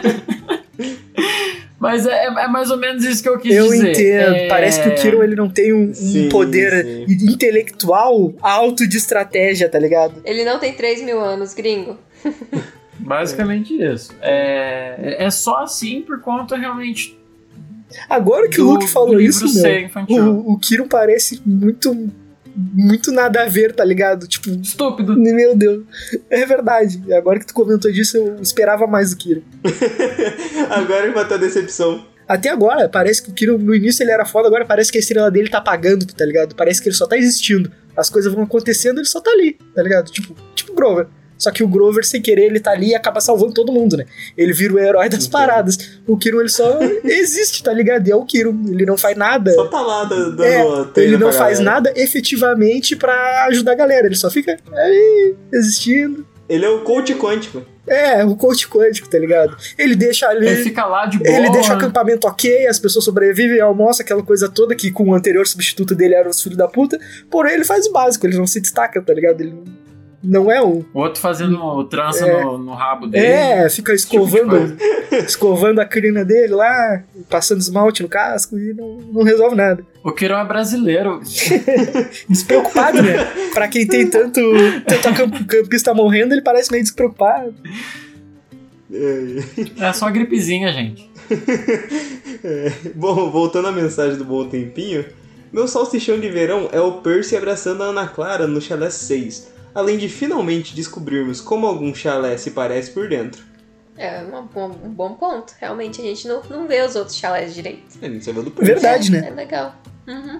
Mas é, é mais ou menos isso que eu quis Eu dizer. entendo. É, Parece que o Kiro ele não tem um, um Sim, poder sim. intelectual alto de estratégia, tá ligado? Ele não tem 3 mil anos, gringo. Basicamente isso. É, é só assim por conta realmente Agora que do, o Luke falou do isso, livro meu, ser infantil. o, o Kiro parece muito muito nada a ver, tá ligado? Tipo, Estúpido. meu Deus. É verdade. Agora que tu comentou disso, eu esperava mais do Kiro. (laughs) Agora bateu a decepção. Até agora, parece que o Kiro no início ele era foda, agora parece que a estrela dele tá apagando, tá ligado? Parece que ele só tá existindo. As coisas vão acontecendo, ele só tá ali, tá ligado? Tipo, tipo o Grover. Só que o Grover, sem querer, ele tá ali e acaba salvando todo mundo, né? Ele vira o herói das Entendo. paradas. O Kiro, ele só existe, tá ligado? E é o Kiro, ele não faz nada. Só tá lá da- dando É, a ele telha não pra faz galera. nada efetivamente pra ajudar a galera. Ele só fica aí, existindo. Ele é o coach quântico. É, o coach quântico, tá ligado? Ele deixa ali. Ele fica lá de boa. Ele deixa o acampamento ok, as pessoas sobrevivem, almoça, aquela coisa toda que com o anterior substituto dele era os filhos da puta. Porém, ele faz o básico, ele não se destaca, tá ligado? Ele não é um. O outro fazendo trança É. no, no rabo dele. É, fica Esse tipo de escovando (laughs) coisa. escovando a crina dele lá, passando esmalte no casco e não, não resolve nada. O Quirão é brasileiro. Despreocupado, (laughs) né? Pra quem tem tanto. Tanto camp campista morrendo, ele parece meio despreocupado. É, (laughs) É só gripezinha, gente. é. Bom, voltando à mensagem do Bom Tempinho. Meu salsichão de verão é o Percy abraçando a Ana Clara no chalé 6. Além de finalmente descobrirmos como algum chalé se parece por dentro. É uma bo- um bom ponto. Realmente, a gente não, não vê os outros chalés direito. É, Você viu do Percy. Verdade, é, né? É legal. Uhum.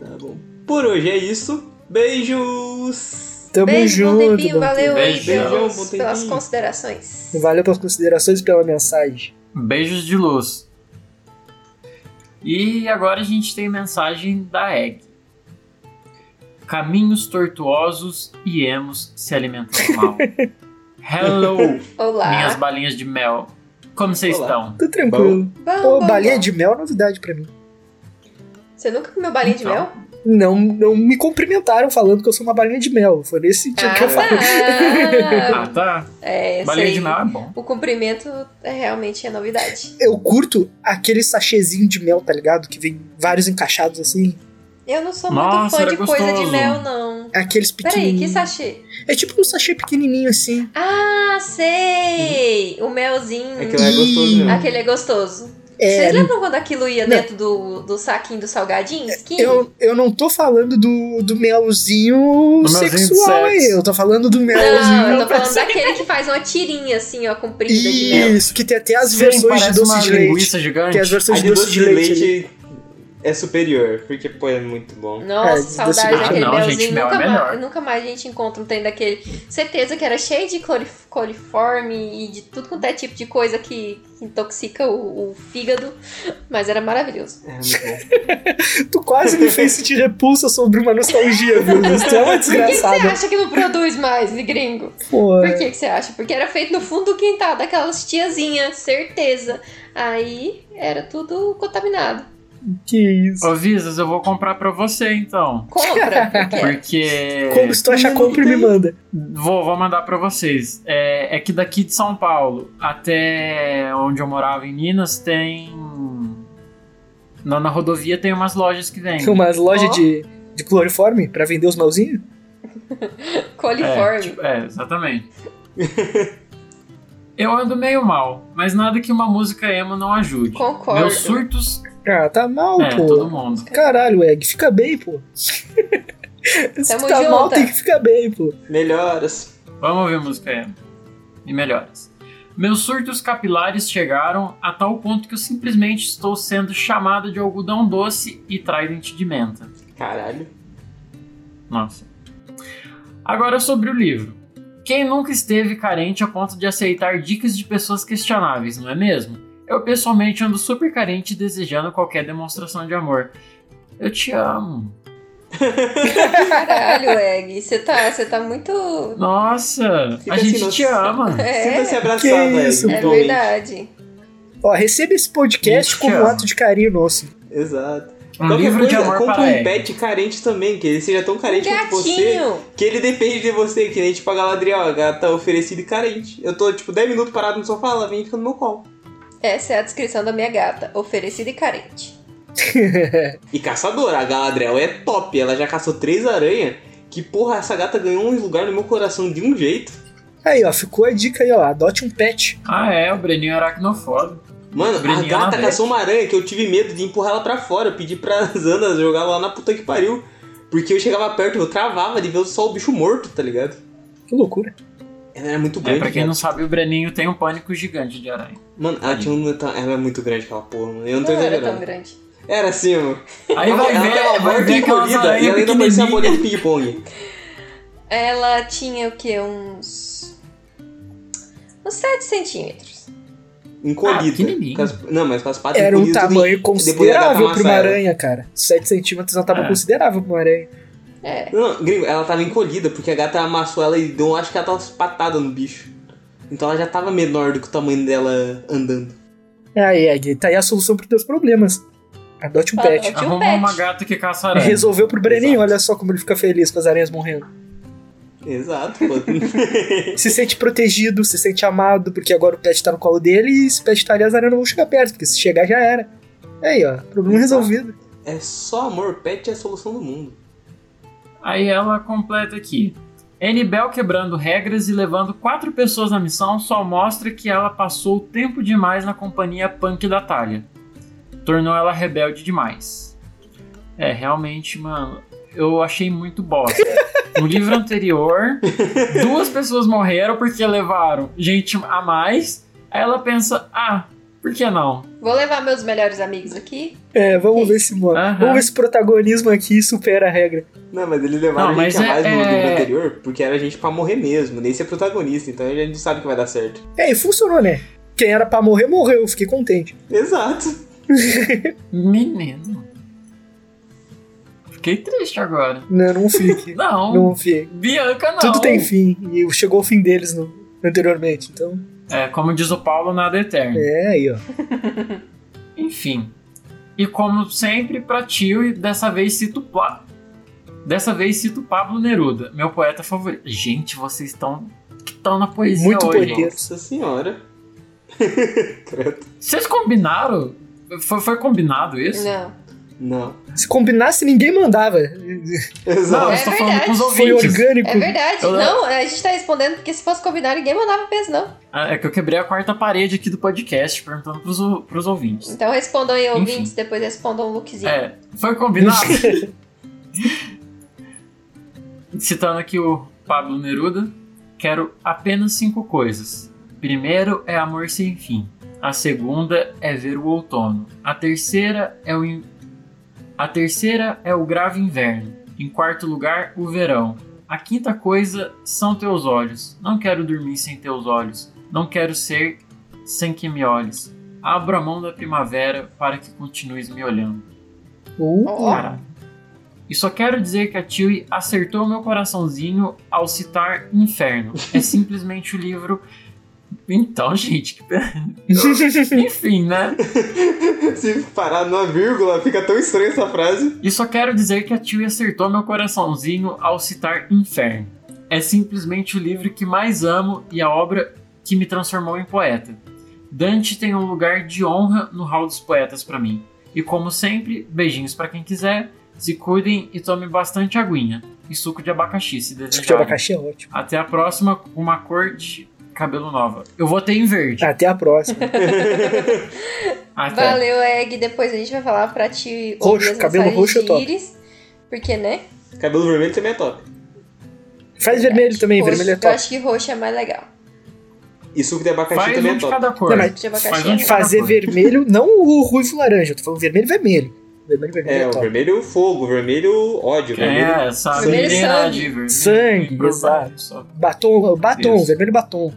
Tá bom. Por hoje é isso. Beijos! Tamo Beijo, junto. bom tempinho. Bom Valeu aí Beijo, pelos- bom tempinho. pelas considerações. Tempinho. Valeu pelas considerações e pela mensagem. Beijos de luz. E agora a gente tem mensagem da Egg. Caminhos tortuosos e emos se alimentam (laughs) mal. Hello, Olá. minhas balinhas de mel. Como vocês Olá. estão? Tô tranquilo. Bom, Pô, bom, balinha bom. de mel é novidade pra mim. Você nunca comeu balinha de Então. mel? não, não me cumprimentaram falando que eu sou uma balinha de mel. Foi nesse sentido que eu falei. Ah, ah, tá. é, Balinha sei. de mel é bom. O cumprimento é realmente é novidade. Eu curto aquele sachêzinho de mel, tá ligado? Que vem vários encaixados assim. Eu não sou muito Nossa, fã era de coisa de gostoso. mel, não. Aqueles Peraí, que pequenininhos. sachê? É tipo um sachê pequenininho assim. Ah, sei! O melzinho. Aquilo é gostoso mesmo. Aquele é gostoso. É, Vocês lembram quando aquilo ia Não. dentro do, do saquinho do salgadinho? Skinny? eu, eu não tô falando do, do melzinho Do melzinho de sexual sexo. aí. Eu tô falando do melzinho. Não, eu tô pra falando ser- daquele que faz uma tirinha assim, ó, comprida de mel. Isso, que tem até as Sim, versões de parece doce uma de leite. linguiça gigante. Tem as versões A de doce de leite. ali. leite é é superior, porque, pô, é muito bom. Nossa, É, saudade desse- Ah, daquele não, melzinho. gente, mel nunca, é mais, melhor. nunca mais a gente encontra um trem daquele. Certeza que era cheio de clori- coliforme e de tudo quanto é tipo de coisa que, que intoxica o, o fígado. Mas era maravilhoso. É muito bom. Tu quase me fez sentir repulsa sobre uma nostalgia, viu? Luiz? Tu é uma Por (laughs) que, que você desgraçada. acha que não produz mais, gringo? Pô, Por que, que você acha? Porque era feito no fundo do quintal, daquelas tiazinhas, certeza. Aí era tudo contaminado. que isso. Ô, Visas, eu vou comprar pra você, então. (laughs) Compra, porque é Porque... Como se tu achar Menino compra e me tem- manda. Vou, vou mandar pra vocês. É, é que daqui de São Paulo até onde eu morava em Minas tem. Na, na rodovia tem umas lojas que vendem. Umas lojas Ó. de, de cloriforme pra vender os malzinhos? É, coliforme. tipo, é, exatamente. (laughs) eu ando meio mal, mas nada que uma música emo não ajude. Concordo. Meus surtos. Ah, tá mal, É, todo pô. mundo. Caralho, Egg, fica bem, pô. Se Tamo tu tá mal, junta. tem que ficar bem, pô. Melhoras. Vamos ouvir música emo. E melhoras. Meus surtos capilares chegaram a tal ponto que eu simplesmente estou sendo chamado de algodão doce e trident de menta. Caralho. Nossa. Agora sobre o livro. Quem nunca esteve carente a ponto de aceitar dicas de pessoas questionáveis, não é mesmo? Eu pessoalmente ando super carente e desejando qualquer demonstração de amor. Eu te amo. Caralho, Egg, você tá, você tá muito. Nossa, Fica a assim, gente nossa. (laughs) te ama. É, Sinta-se abraçado, que velho. isso, é igualmente. verdade. Ó, receba esse podcast Gente, como ó. um ato de carinho nosso. Exato. Um Qualquer livro de coisa, amor compra para um ele. pet carente também, que ele seja tão Um carente quanto você. gatinho! Que ele depende de você, que nem tipo a Galadriel, a gata oferecida e carente. Eu tô, tipo, 10 minutos parado no sofá, ela vem e fica no meu colo. Essa é a descrição da minha gata, oferecida e carente. E caçadora, a Galadriel é top, ela já caçou três aranhas. Que porra, essa gata ganhou um lugar no meu coração de um jeito. Aí, ó, ficou a dica aí, ó. Adote um pet. Ah, é, o Breninho é aracnofóbico. Mano, a Brilhante. gata caçou uma aranha que eu tive medo de empurrar ela pra fora. Eu pedi pra Zana jogar lá na puta que pariu. Porque eu chegava perto, eu travava de ver só o bicho morto, tá ligado? Que loucura. Ela era muito É, grande. pra quem cara. não sabe, o Breninho tem um pânico gigante de aranha. Mano, ela, Hum. tinha um... ela é muito grande aquela porra, mano. Eu não tô Não é era tão exagerando. grande. Era assim, mano. Aí vai ela ver, tava vai morta ver e aquelas encolhida e ela aranhas ainda parecia uma pequenininhas. Ah, bolinha de ping-pong. Ela tinha o quê? Uns. uns 7 centímetros. Ah, Encolhida. pequenininho. Com as- Não, mas com as patas Era um encolhidas, tudo tamanho e- depois ela considerável pra amassa uma ela. aranha, cara. 7 centímetros é um tamanho É. considerável pra uma aranha. É. Não, não, gringo, ela tava encolhida porque a gata amassou ela e deu, acho que ela tava patada no bicho. Então ela já tava menor do que o tamanho dela andando. É aí, Egg, tá aí a solução pros teus problemas. Adote um Adote. pet. Tinha um Arruma uma pet. gata que caça aranha. Resolveu pro Breninho, Exato. olha só como ele fica feliz com as aranhas morrendo. Exato, pô. (laughs) Se sente protegido, se sente amado, porque agora o pet tá no colo dele e se o pet tá ali, as aranhas não vão chegar perto, porque se chegar já era. Aí, ó, problema Exato. resolvido. é só amor, pet é a solução do mundo. Aí ela completa aqui. Enibel quebrando regras e levando quatro pessoas na missão só mostra que ela passou tempo demais na companhia punk da Talha. Tornou ela rebelde demais. É, realmente, mano, eu achei muito bosta. No livro anterior, duas pessoas morreram porque levaram gente a mais. Aí ela pensa, ah, por que não? Vou levar meus melhores amigos aqui. É, vamos ver se, mano. Aham. Vamos ver se o protagonismo aqui supera a regra. Não, mas eles levaram Não, a gente mas a é- mais no é- livro anterior porque era gente pra morrer mesmo. Nem ser protagonista, então a gente não sabe que vai dar certo. É, e funcionou, né? Quem era pra morrer, morreu. Fiquei contente. Exato. Menino. Fiquei triste agora. Não, não (laughs) fique. Não, não fique. Bianca não. Tudo tem fim. E chegou o fim deles no- anteriormente. Então, É, como diz o Paulo, nada é eterno. é aí, ó. Enfim. E como sempre, pra tio, e dessa vez cito Pla... Dessa vez cito Pablo Neruda, meu poeta favorito. Gente, vocês estão que estão na poesia Muito hoje. poeteiro. hein? Nossa senhora. Credo. Vocês combinaram? Foi, foi combinado isso? Não. Não. Se combinasse, ninguém mandava. Não, eu Exato. É estou falando com os verdade. Foi ouvintes. orgânico. É verdade. Eu- Não, a gente tá respondendo porque se fosse combinar, ninguém mandava peso, não. Ah, É que eu quebrei a quarta parede aqui do podcast, perguntando pros, ou- pros ouvintes. Então respondam aí, Enfim. ouvintes, depois respondam o lookzinho. É, foi combinado. (laughs) Citando aqui o Pablo Neruda, quero apenas cinco coisas. Primeiro é amor sem fim. A segunda é ver o outono. A terceira é o in- A terceira é o grave inverno. Em quarto lugar, o verão. A quinta coisa são teus olhos. Não quero dormir sem teus olhos. Não quero ser sem que me olhes. Abro a mão da primavera para que continues me olhando. Uh, Cara, e só quero dizer que a Tilly acertou meu coraçãozinho ao citar Inferno. (laughs) É simplesmente o livro. Então, gente, que Então, (laughs) enfim, né? (laughs) Se parar numa vírgula, fica tão estranha essa frase. E só quero dizer que a Tilly acertou meu coraçãozinho ao citar Inferno. É simplesmente o livro que mais amo e a obra que me transformou em poeta. Dante tem um lugar de honra no hall dos poetas pra mim. E como sempre, beijinhos pra quem quiser, se cuidem e tomem bastante aguinha e suco de abacaxi, se suco de desejarem. abacaxi é ótimo. Até a próxima com uma cor de cabelo nova. Eu votei em verde. Tá, Até a próxima. Até. É. Valeu, Egg. Depois a gente vai falar pra ti tá Roxo, ouvir as cabelo mensagens roxo é de top. Iris, Porque, né? Cabelo vermelho também é top. (laughs) Faz vermelho também, Roxo- vermelho é Eu top. acho que roxo é mais legal. E suco de abacaxi Faz também um é de top. cada cor. Não, mas De abacaxi. Faz um de cada Fazer cor. vermelho, não o ruivo laranja, eu tô falando vermelho, vermelho. Vermelho, vermelho É, é o top. vermelho fogo, vermelho é ódio, vermelho É, sabe? Vermelho Ninguém sangue. nada de vermelho. Sangue, Grupo exato. só. Batom, batom, Isso. vermelho batom.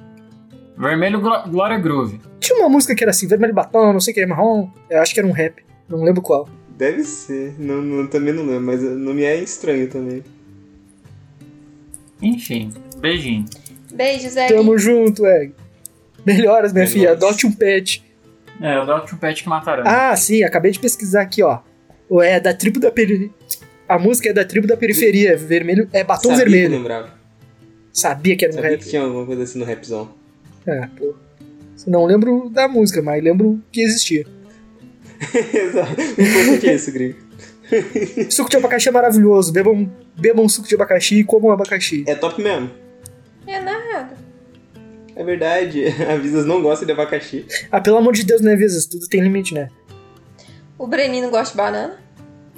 Vermelho Glo- Glória Groove. Tinha uma música que era assim, vermelho batom, não sei o que, marrom. Eu acho que era um rap, não lembro qual. Deve ser. Não, não- também não lembro, mas não me é estranho também. Enfim, beijinho. Beijos, Egg. Tamo junto, é. Melhoras, minha É filha, nóis. adote um pet. É, eu dou um pet que mataram. Tá. Ah, sim, acabei de pesquisar aqui, ó. Ou É da tribo da periferia. A música é da tribo da periferia, vermelho, é batom Sabia Que eu vermelho. lembrava. Sabia que era um Sabia rap. que tinha alguma coisa assim no rapzão. (laughs) É, pô. Não lembro da música, mas lembro que existia. Exato. Me conta o que é isso, gringo. Suco de abacaxi é maravilhoso. Bebam, bebam suco de abacaxi e comam abacaxi. É top mesmo. É nada. É verdade. (laughs) A Visas não gosta de abacaxi. Ah, pelo amor de Deus, né, Visas? Tudo tem limite, né? O Brenino gosta de banana.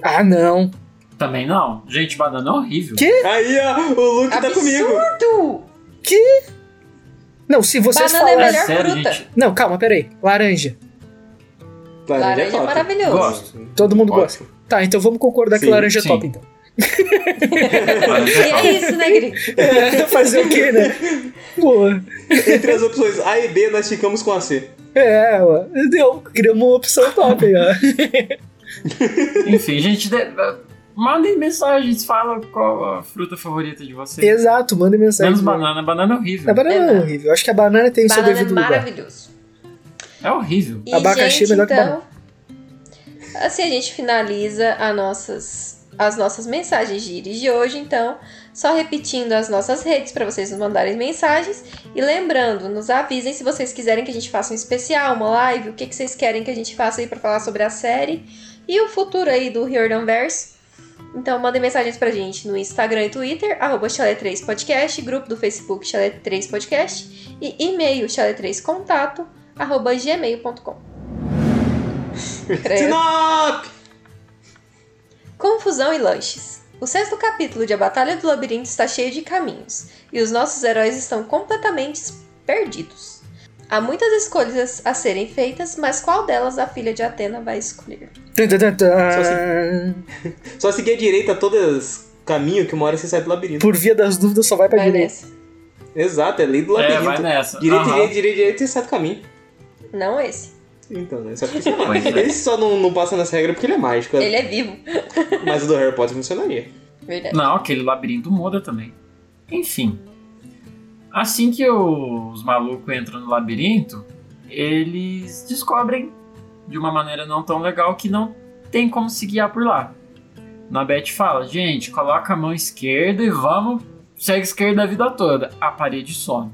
Ah, não. Também não. Gente, banana é horrível. Que? Aí, ó, o Luke tá comigo. Absurdo! Não, se vocês Banana é falarem... É melhor sério, fruta. gente. Não, calma, peraí. Laranja. Laranja é Tá, top. maravilhoso. Gosto. Todo mundo gosta. Ótimo. Tá, então vamos concordar que Sim, laranja sim. é top, então. (laughs) E é isso, né, Gringo? É, (laughs) fazer o quê, né? Boa. (laughs) Entre as opções A e B, nós ficamos com a C. É, ó. Deu. Criamos uma opção top aí, ó. Enfim, gente, de... mandem mensagens, fala qual a fruta favorita de vocês. Exato, mandem mensagem. Menos banana, banana é A horrível. banana é Banana. horrível. Eu acho que a banana tem o seu né? Banana é devido lugar. maravilhoso. É horrível. E, Abacaxi é gente, melhor que então, assim a gente finaliza a nossas, as nossas mensagens de íris de hoje, então, só repetindo as nossas redes para vocês nos mandarem mensagens e lembrando, nos avisem se vocês quiserem que a gente faça um especial, uma live, o que, que vocês querem que a gente faça aí para falar sobre a série e o futuro aí do Riordan Verse. Então, mandem mensagens pra gente no Instagram e Twitter, arroba chalé3podcast, grupo do Facebook chalé3podcast e e-mail chalé3contato arroba gmail.com. Credo. Sinop! Confusão e lanches. O sexto capítulo de A Batalha do Labirinto está cheio de caminhos, e os nossos heróis estão completamente perdidos. Há muitas escolhas a serem feitas, mas qual delas a filha de Atena vai escolher? Tum, tum, tum, tum. Só Só seguir a direita todos os caminhos que uma hora você sai do labirinto. Por via das dúvidas, só vai pra Vai direita. nessa. Exato, é lei do É, vai labirinto. nessa. direita, Aham. direita, direita, direita, você sai do caminho. Não esse. Então, né? Só porque você é mágico. Pois é. Ele só não, não passa nessa regra porque ele é mágico. Ele é vivo. Mas o do Harry Potter funcionaria. Verdade. Não, aquele labirinto muda também. Enfim. Assim que o- os malucos entram no labirinto, eles descobrem de uma maneira não tão legal que não tem como se guiar por lá. Na Beth fala: gente, coloca a mão esquerda e vamos. Segue esquerda a vida toda. A parede some.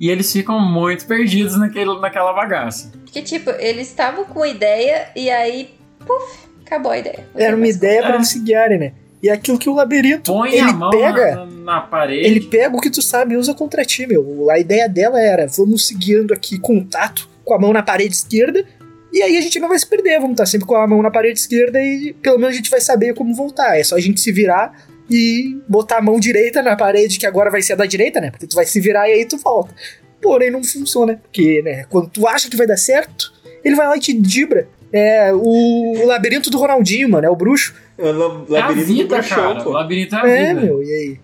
E eles ficam muito perdidos naquele, naquela bagaça. Porque, tipo, eles estavam com a ideia e aí, puf, acabou a ideia. Não Era tem uma mais ideia pra É. eles se guiarem, né? E é aquilo que o labirinto, Põe ele a mão pega... na, na parede. Ele pega o que tu sabe e usa contra ti, meu. A ideia dela era, vamos seguindo aqui contato com a mão na parede esquerda, e aí a gente não vai se perder, vamos estar sempre com a mão na parede esquerda e pelo menos a gente vai saber como voltar. É só a gente se virar e botar a mão direita na parede, que agora vai ser a da direita, né? Porque tu vai se virar e aí tu volta. Porém, não funciona, porque, né, quando tu acha que vai dar certo, ele vai lá e te dibra É o, o labirinto do Ronaldinho, mano, é o bruxo. É o la- É a labirinto do vida, bruxão, cara. pô. O labirinto é a É, vida. meu, e aí?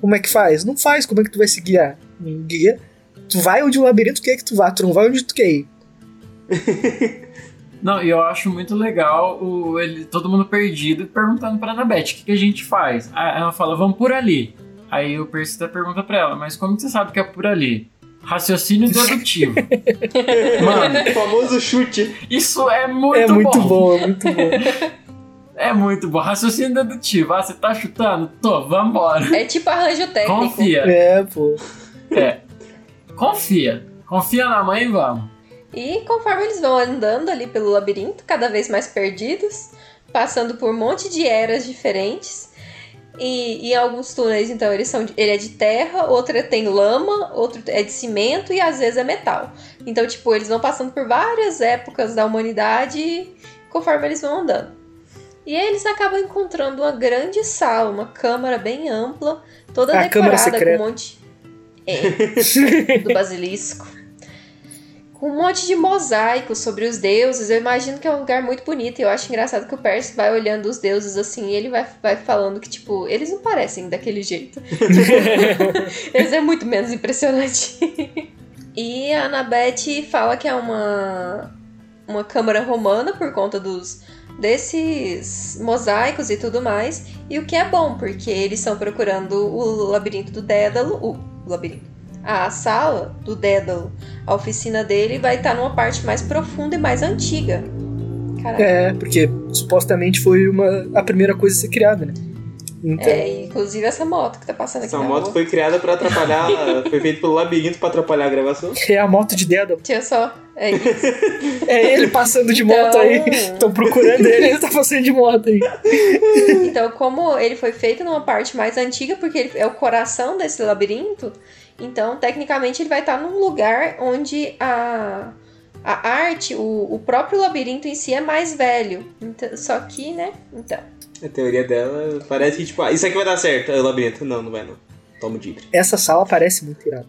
Como é que faz? Não faz, como é que tu vai se guiar? Não Guia. Tu vai onde o labirinto quer que tu vá, tu não vai onde tu quer ir. Não, e eu acho muito legal o, ele, todo mundo perdido perguntando pra Anabete o que, que a gente faz. A- ela fala, vamos por ali. Aí o Percy até pergunta pra ela, mas como que você sabe que é por ali? Raciocínio (laughs) dedutivo. Mano, O (laughs) famoso chute. isso é muito é bom. muito bom. é muito bom. (laughs) É muito bom. Raciocínio dedutivo. Ah, você tá chutando? Tô, vambora. É tipo arranjo técnico. Confia. É, pô. (laughs) É. Confia. Confia na mãe e vamos. E conforme eles vão andando ali pelo labirinto, cada vez mais perdidos, passando por um monte de eras diferentes. E e em alguns túneis, então, eles são de- ele é de terra, outro é- tem lama, outro é de cimento e às vezes é metal. Então, tipo, eles vão passando por várias épocas da humanidade conforme eles vão andando. E aí eles acabam encontrando uma grande sala, uma câmara bem ampla, toda É A câmara decorada com um secreta. monte. É do basilisco. Com um monte de mosaico sobre os deuses. Eu imagino que é um lugar muito bonito. E eu acho engraçado que o Percy vai olhando os deuses assim e ele vai, vai falando que, tipo, eles não parecem daquele jeito. eles é muito menos impressionante. e a Anabete fala que é uma, uma câmara romana por conta dos desses mosaicos e tudo mais. E o que é bom, porque eles estão procurando o labirinto do Dédalo. O labirinto a sala do Dédalo, a oficina dele, vai estar numa parte mais profunda e mais antiga. Caraca. É. É, porque supostamente foi uma, a primeira coisa a ser criada, né? Então, e inclusive essa moto que tá passando aqui Essa na moto rua. foi criada pra atrapalhar. foi feito pelo labirinto pra atrapalhar a gravação. é a moto de Dédalo. Tinha só. É isso. É ele passando de Então- moto aí. Estão procurando ele, ele tá passando de moto aí. Então, como ele foi feito numa parte mais antiga, porque ele é o coração desse labirinto, então, tecnicamente, ele vai estar num lugar onde a, a arte, o, o próprio labirinto em si é mais velho. Então, só que, né? Então. A teoria dela parece que, tipo, ah, isso aqui vai dar certo. Aí o labirinto, não, não vai não. Toma o dibre. Essa sala parece muito irada.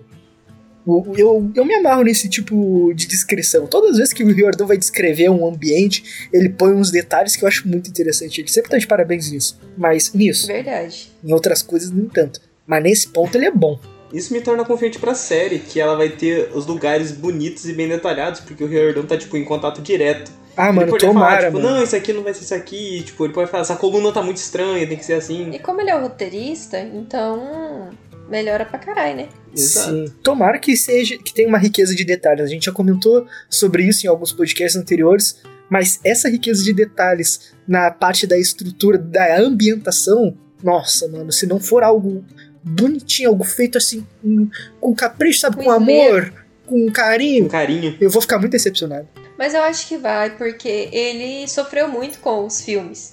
O- Eu, eu me amarro nesse tipo de descrição. Todas as vezes que o Riordan vai descrever um ambiente, ele põe uns detalhes que eu acho muito interessante. Ele sempre tá de parabéns nisso. Mas nisso, Verdade. em outras coisas, nem tanto. Mas nesse ponto ele é bom. Isso me torna confiante pra série, que ela vai ter os lugares bonitos e bem detalhados, porque o Riordan tá, tipo, em contato direto. Ah, mano, ele poderia falar, tomara, tipo, mano. não, isso aqui não vai ser isso aqui. e, tipo, ele pode falar, essa coluna tá muito estranha, tem que ser assim. E como ele é o roteirista, então melhora pra caralho, né? Exato. Sim. Tomara que seja que tenha uma riqueza de detalhes. A gente já comentou sobre isso em alguns podcasts anteriores, mas essa riqueza de detalhes na parte da estrutura, da ambientação, nossa, mano, se não for algo bonitinho, algo feito assim com, com capricho, sabe, Com é. com amor, esmero. com Com carinho, carinho. eu vou ficar muito decepcionado. Mas eu acho que vai, porque ele sofreu muito com os filmes.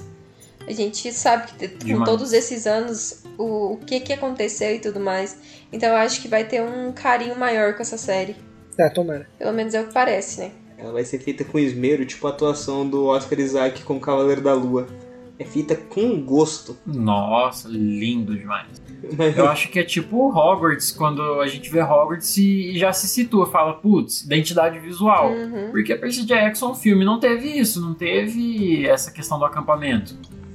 A gente sabe que te- com Demais. todos esses anos o, o que, que aconteceu e tudo mais. Então eu acho que vai ter um carinho maior com essa série. Ah, tomara. Pelo menos é o que parece, né? Ela vai ser feita com esmero, tipo a atuação do Oscar Isaac com o Cavaleiro da Lua. É feita com gosto. Nossa, lindo demais. (laughs) Mas Eu acho que é tipo Hogwarts, quando a gente vê Hogwarts e e já se situa, fala, putz, identidade visual. Uhum. Porque Percy Jackson, o filme, não teve isso, não teve essa questão do acampamento.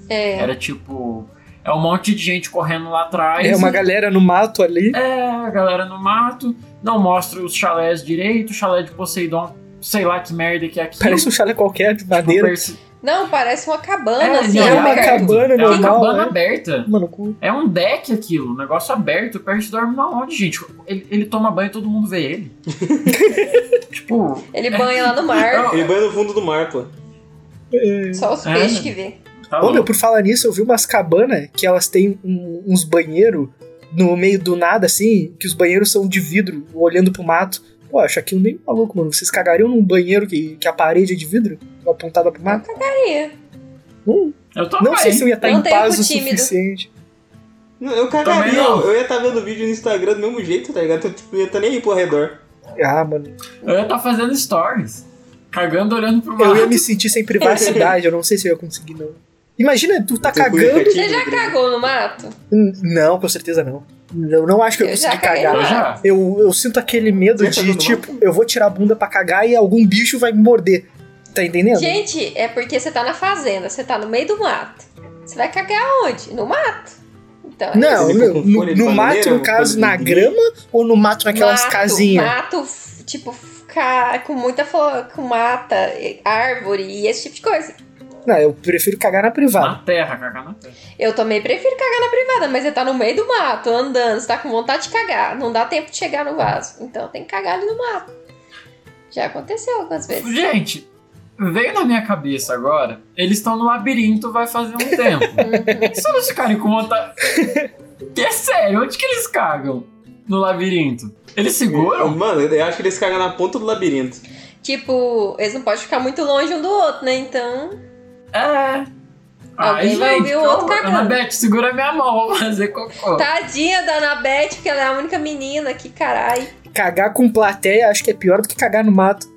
É. Era tipo, é um monte de gente correndo lá atrás. É uma e- galera no mato ali. É, a galera no mato, não mostra os chalés direito, o chalé de Poseidon, sei lá que merda que é aquilo. Parece um chalé qualquer de Tipo, madeira. Percy- Não, parece uma cabana, É, assim. não, é uma aberta. cabana. É uma normal, cabana né? aberta. Mano, com- É um deck aquilo, um negócio aberto. O Percy dorme na onde, gente? Ele, ele toma banho e todo mundo vê (laughs) ele. tipo, Ele banha lá no mar, Ele banha no fundo do mar, pô. só os É. peixes que vê. tá Ô, meu, louco. por falar nisso, eu vi umas cabanas que elas têm um- uns banheiros no meio do nada, assim, que os banheiros são de vidro, olhando pro mato. Pô, acho aquilo meio maluco, mano. Vocês cagariam num banheiro que, que a parede é de vidro? Apontada pro mato? Cagaria. Não, Eu tô não bem. sei se eu ia estar Não em tenho paz o cu tímido. suficiente. Não, Eu Também cagaria, não. eu ia estar vendo vídeo no Instagram do mesmo jeito, tá ligado? Eu tipo, não ia estar nem aí pro redor. Ah, mano. Eu ia estar fazendo stories. Cagando, olhando pro Eu mato. ia me sentir sem privacidade, eu não sei se eu ia conseguir, não. Imagina, tu tá Teu cu ia cagando. ficar Você já tímido. cagou no mato? Hum, Não, com certeza não. Eu não acho que eu, Eu já consegui caguei (laughs) cagar. Eu já. Eu, eu sinto aquele medo Você tá de, cagou no tipo, eu vou tirar a bunda pra cagar e algum bicho vai me morder. Tá entendendo? Gente, é porque você tá na fazenda, você tá no meio do mato. Você vai cagar onde? No mato. Então, é isso. Não, Ele meu, com no, folha de no mato, bananeira, no folha caso, de na pinguim. grama ou no mato naquelas mato, casinhas? Mato, f- tipo, f- ca- com muita flo- com mata, e- árvore e esse tipo de coisa. Não, eu prefiro cagar na privada. Na terra, cagar na terra. Eu também prefiro cagar na privada, mas você tá no meio do mato, andando, você tá com vontade de cagar. Não dá tempo de chegar no vaso. Então tem que cagar ali no mato. Já aconteceu algumas vezes. Gente, veio na minha cabeça agora. Eles estão no labirinto vai fazer um (laughs) tempo. Uhum. Se eles ficarem com vontade. É sério, onde que eles cagam? No labirinto. Eles seguram? Mano, eu acho que eles cagam na ponta do (laughs) labirinto. (laughs) tipo, eles não podem ficar muito longe um do outro, né? Então. É. Ai, Alguém vai gente, ouvir o outro cagando. Tá, Anabete, segura minha mão, vou fazer cocô. Tadinha da Anabete, porque ela é a única menina que caralho. Cagar com plateia acho que é pior do que cagar no mato.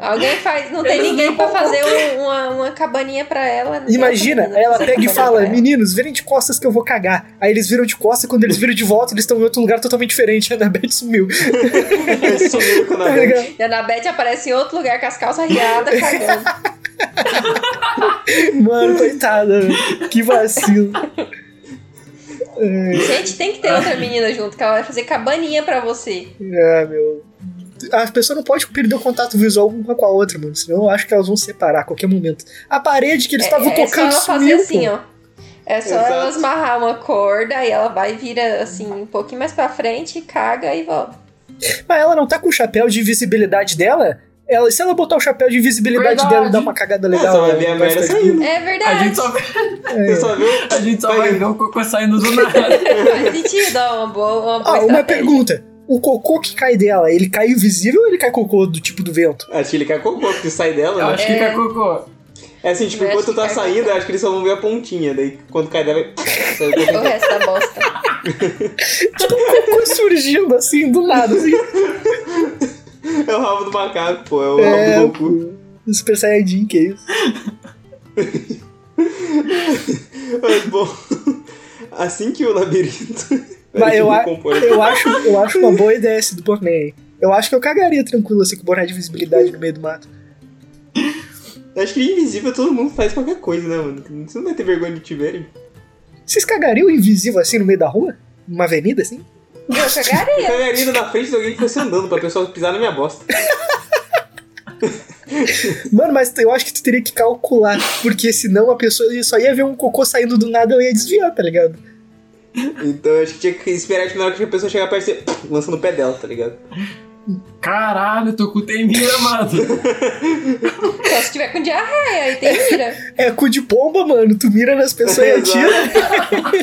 Alguém faz. Não tem Eles ninguém nem pra vão fazer um- uma, uma cabaninha pra ela. é não tem Imagina, outra menina ela pra pega e fazer fala: É. pra ela. Meninos, virem de costas que eu vou cagar. Aí eles viram de costas e quando eles viram de volta, eles estão em outro lugar totalmente diferente. (laughs) A Annabeth sumiu. Eles sumiram com a Tá Anabete. ligado? E a Anabete aparece em outro lugar com as calças riadas, cagando. (laughs) Mano, coitada. velho. Que vacilo. É. Gente, tem que ter outra menina junto, que ela vai fazer cabaninha pra você. Ah, meu. A pessoa não pode perder o contato visual uma com a outra, mano. Senão eu acho que elas vão se separar a qualquer momento. A parede que eles estavam é, tocando é só ela fazer sumiu. assim, pô. ó. É só Exato. ela esmarrar uma corda e ela vai e vira assim um pouquinho mais pra frente, caga e volta. Mas ela não tá com o chapéu de invisibilidade dela? Ela, se ela botar o chapéu de invisibilidade Verdade. dela e dar uma cagada legal. É, né? É. Só vai ver a ela merda ficar tipo de saindo. É A verdade. (laughs) gente só, Você só viu? a gente só vai ver o cocô saindo do nada. Faz sentido, ó, uma boa, uma boa Ah, uma estratégia. pergunta. O cocô que cai dela, ele cai invisível ou ele cai cocô do tipo do vento? (laughs) Acho que ele cai cocô, porque sai Eu dela, né? acho que é cocô. É assim, tipo, Eu acho enquanto que tá cai saindo, eu acho que eles só vão ver a pontinha. Daí, quando cai dela, (laughs) (laughs) sai o O cocô. resto da bosta. Tipo, o cocô surgindo assim, do nada, assim. é o rabo do macaco, pô. É o É, rabo do Goku. pô. Super Saiyajin, que isso. Mas, bom, (laughs) assim que o labirinto... (laughs) Mas eu, a- recompor aqui. eu, acho, eu acho uma boa ideia esse do boné aí. Eu acho que eu cagaria tranquilo assim com o boné de visibilidade no meio do mato. Acho que invisível todo mundo faz qualquer coisa, né, mano? Você não vai ter vergonha de te verem. Vocês cagariam invisível assim no meio da rua? Numa avenida assim? Eu Eu cagaria. cagaria ainda na frente de alguém que fosse andando pra pessoa pisar na minha bosta. Mano, mas eu acho que tu teria que calcular, porque senão a pessoa só ia ver um cocô saindo do nada e ia desviar, tá ligado? Então eu acho que tinha que esperar que na hora que a pessoa chegar perto, você lança no pé dela, tá ligado? Caralho, teu cu tem mira, mano. Só se tiver com diarreia, aí tem mira. É cu de pomba, mano. Tu mira nas pessoas (laughs) (laughs) e atira.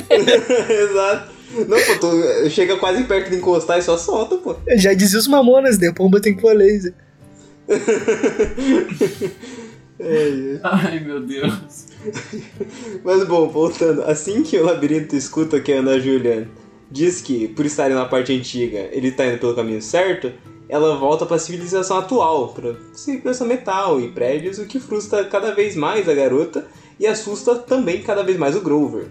Exato. Exato. Não, pô, tu chega quase perto de encostar e só solta, pô. Já dizia os mamonas, né? Pomba tem cu a laser. É, é. Ai, meu Deus. Mas bom, voltando. Assim que o labirinto escuta que a Ana Julia diz que, por estarem na parte antiga, ele tá indo pelo caminho certo, ela volta pra civilização atual, pra civilização metal e prédios, o que frustra cada vez mais a garota e assusta também cada vez mais o Grover.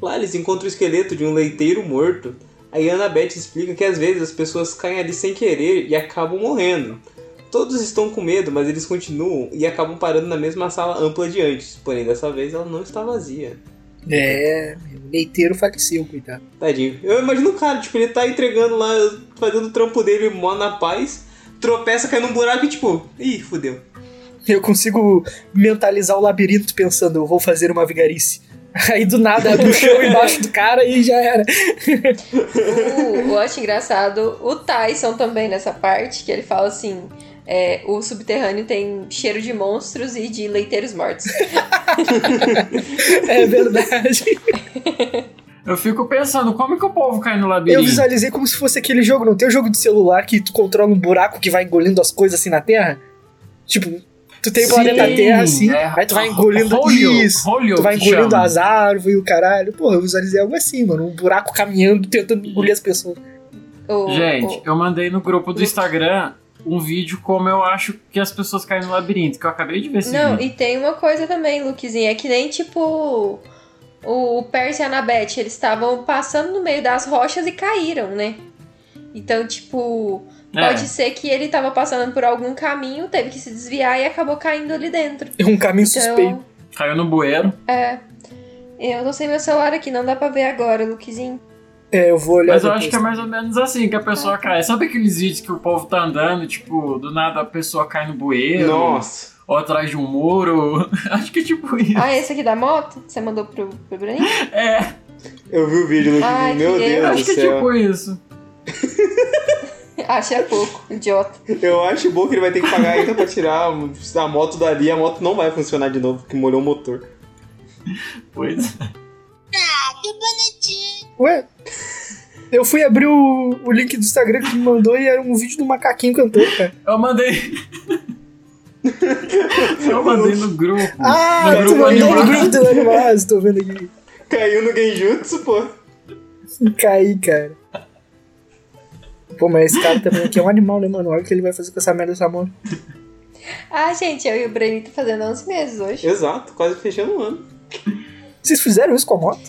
Lá eles encontram o esqueleto de um leiteiro morto. Aí a Annabeth explica que às vezes as pessoas caem ali sem querer e acabam morrendo. Todos estão com medo, mas eles continuam e acabam parando na mesma sala ampla de antes. Porém, dessa vez ela não está vazia. É, o leiteiro faleceu, coitado. Tadinho. Eu imagino o cara, tipo, ele tá entregando lá, fazendo o trampo dele mó na paz, tropeça, cai num buraco e tipo, ih, fudeu. Eu consigo mentalizar o labirinto pensando, eu vou fazer uma vigarice. Aí do nada abre o chão embaixo do cara e já era. O, eu acho engraçado o Tyson também nessa parte, que ele fala assim: é, o subterrâneo tem cheiro de monstros e de leiteiros mortos. É verdade. Eu fico pensando, como que o povo cai no Eu labirinto? visualizei como se fosse aquele jogo, não tem o jogo de celular que tu controla um buraco que vai engolindo as coisas assim na Terra? Tipo, tu tem o Sim, planeta Terra assim, é. aí tu vai engolindo Rolho, isso. rolho Tu vai que engolindo chama. as árvores e o caralho. Porra, eu visualizei algo assim, mano. Um buraco caminhando, tentando engolir as pessoas. O- Gente, o- eu mandei no grupo do Instagram um vídeo como eu acho que as pessoas caem no labirinto, que eu acabei de ver esse Não, vídeo. e tem uma coisa também, Lukezinho, é que nem tipo o, o Percy e a Annabeth, eles estavam passando no meio das rochas e caíram, né? Então, tipo, É, Pode ser que ele tava passando por algum caminho, teve que se desviar e acabou caindo ali dentro. É um caminho suspeito. Então, Caiu no bueiro. é. Eu não sei meu celular aqui, não dá pra ver agora, Luquezinho. É, eu vou olhar Mas eu depois. acho que é mais ou menos assim que a Ah, tá. pessoa cai. Sabe aqueles vídeos que o povo tá andando, tipo, do nada a pessoa cai no bueiro? Nossa. Ou atrás de um muro? (laughs) acho que é tipo isso. Ah, esse aqui da moto? Você mandou pro, pro Bruninho? (laughs) É, Eu vi o vídeo no Ai, que Meu gay. Deus acho do que é céu. tipo isso. Achei há é pouco, idiota. Eu acho bom que ele vai ter que pagar ainda pra tirar a moto dali. A moto não vai funcionar de novo, porque molhou o motor. Pois. Ué? Eu fui abrir o, o link do Instagram que me mandou e era um vídeo do macaquinho cantando, cara. Eu mandei. Eu mandei no grupo. (laughs) Ah, no tu grupo mandou no animado. grupo do Animais, tô vendo aqui. Caiu no Genjutsu, pô. Caí, cara. Pô, mas esse cara também aqui é um animal, né, mano? Olha o que ele vai fazer com essa merda dessa mão. Ah, gente, eu e o Bruninho tá fazendo 11 meses hoje. Exato, quase fechando o ano. Vocês fizeram isso com a moto?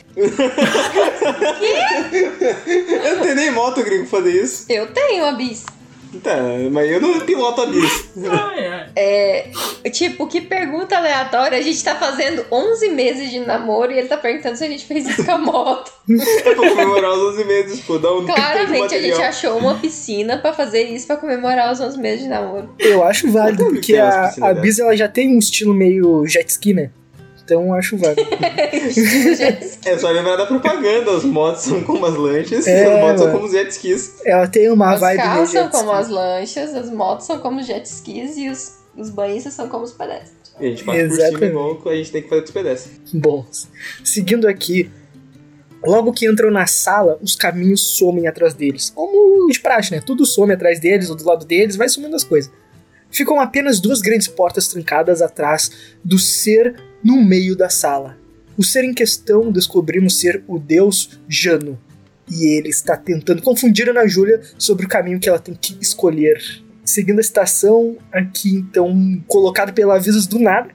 Eu não tenho nem moto gringo fazer isso. Eu tenho uma bis. Tá, mas eu não piloto a bis. Ai, ai. Tipo, que pergunta aleatória. A gente tá fazendo 11 meses de namoro e ele tá perguntando se a gente fez isso com a moto. É pra comemorar os 11 meses, pô. Dá um puta de Claramente a gente material. achou uma piscina pra fazer isso, pra comemorar os 11 meses de namoro. (laughs) Eu acho válido, Eu também porque tenho a, umas piscinas a Bis ela já tem um estilo meio jet ski, né? Então eu acho válido. É só lembrar da propaganda. As motos são como as lanchas É, e as motos são mano. como os jet skis. Ela tem uma os vibe meio carros são jet como ski. as lanchas, as motos são como os jet skis e os, os banhistas são como os pedestres. E a gente passa por Exatamente. cima igual a gente tem que fazer dos pedaços. Bom, seguindo aqui. Logo que entram na sala, os caminhos somem atrás deles. Como de praxe, né? Tudo some atrás deles ou do lado deles, vai sumindo as coisas. Ficam apenas duas grandes portas trancadas atrás do ser no meio da sala. O ser em questão descobrimos ser o deus Jano. E ele está tentando confundir Ana Júlia sobre o caminho que ela tem que escolher. Seguindo a estação, aqui então, colocado pela Avisos do Nada,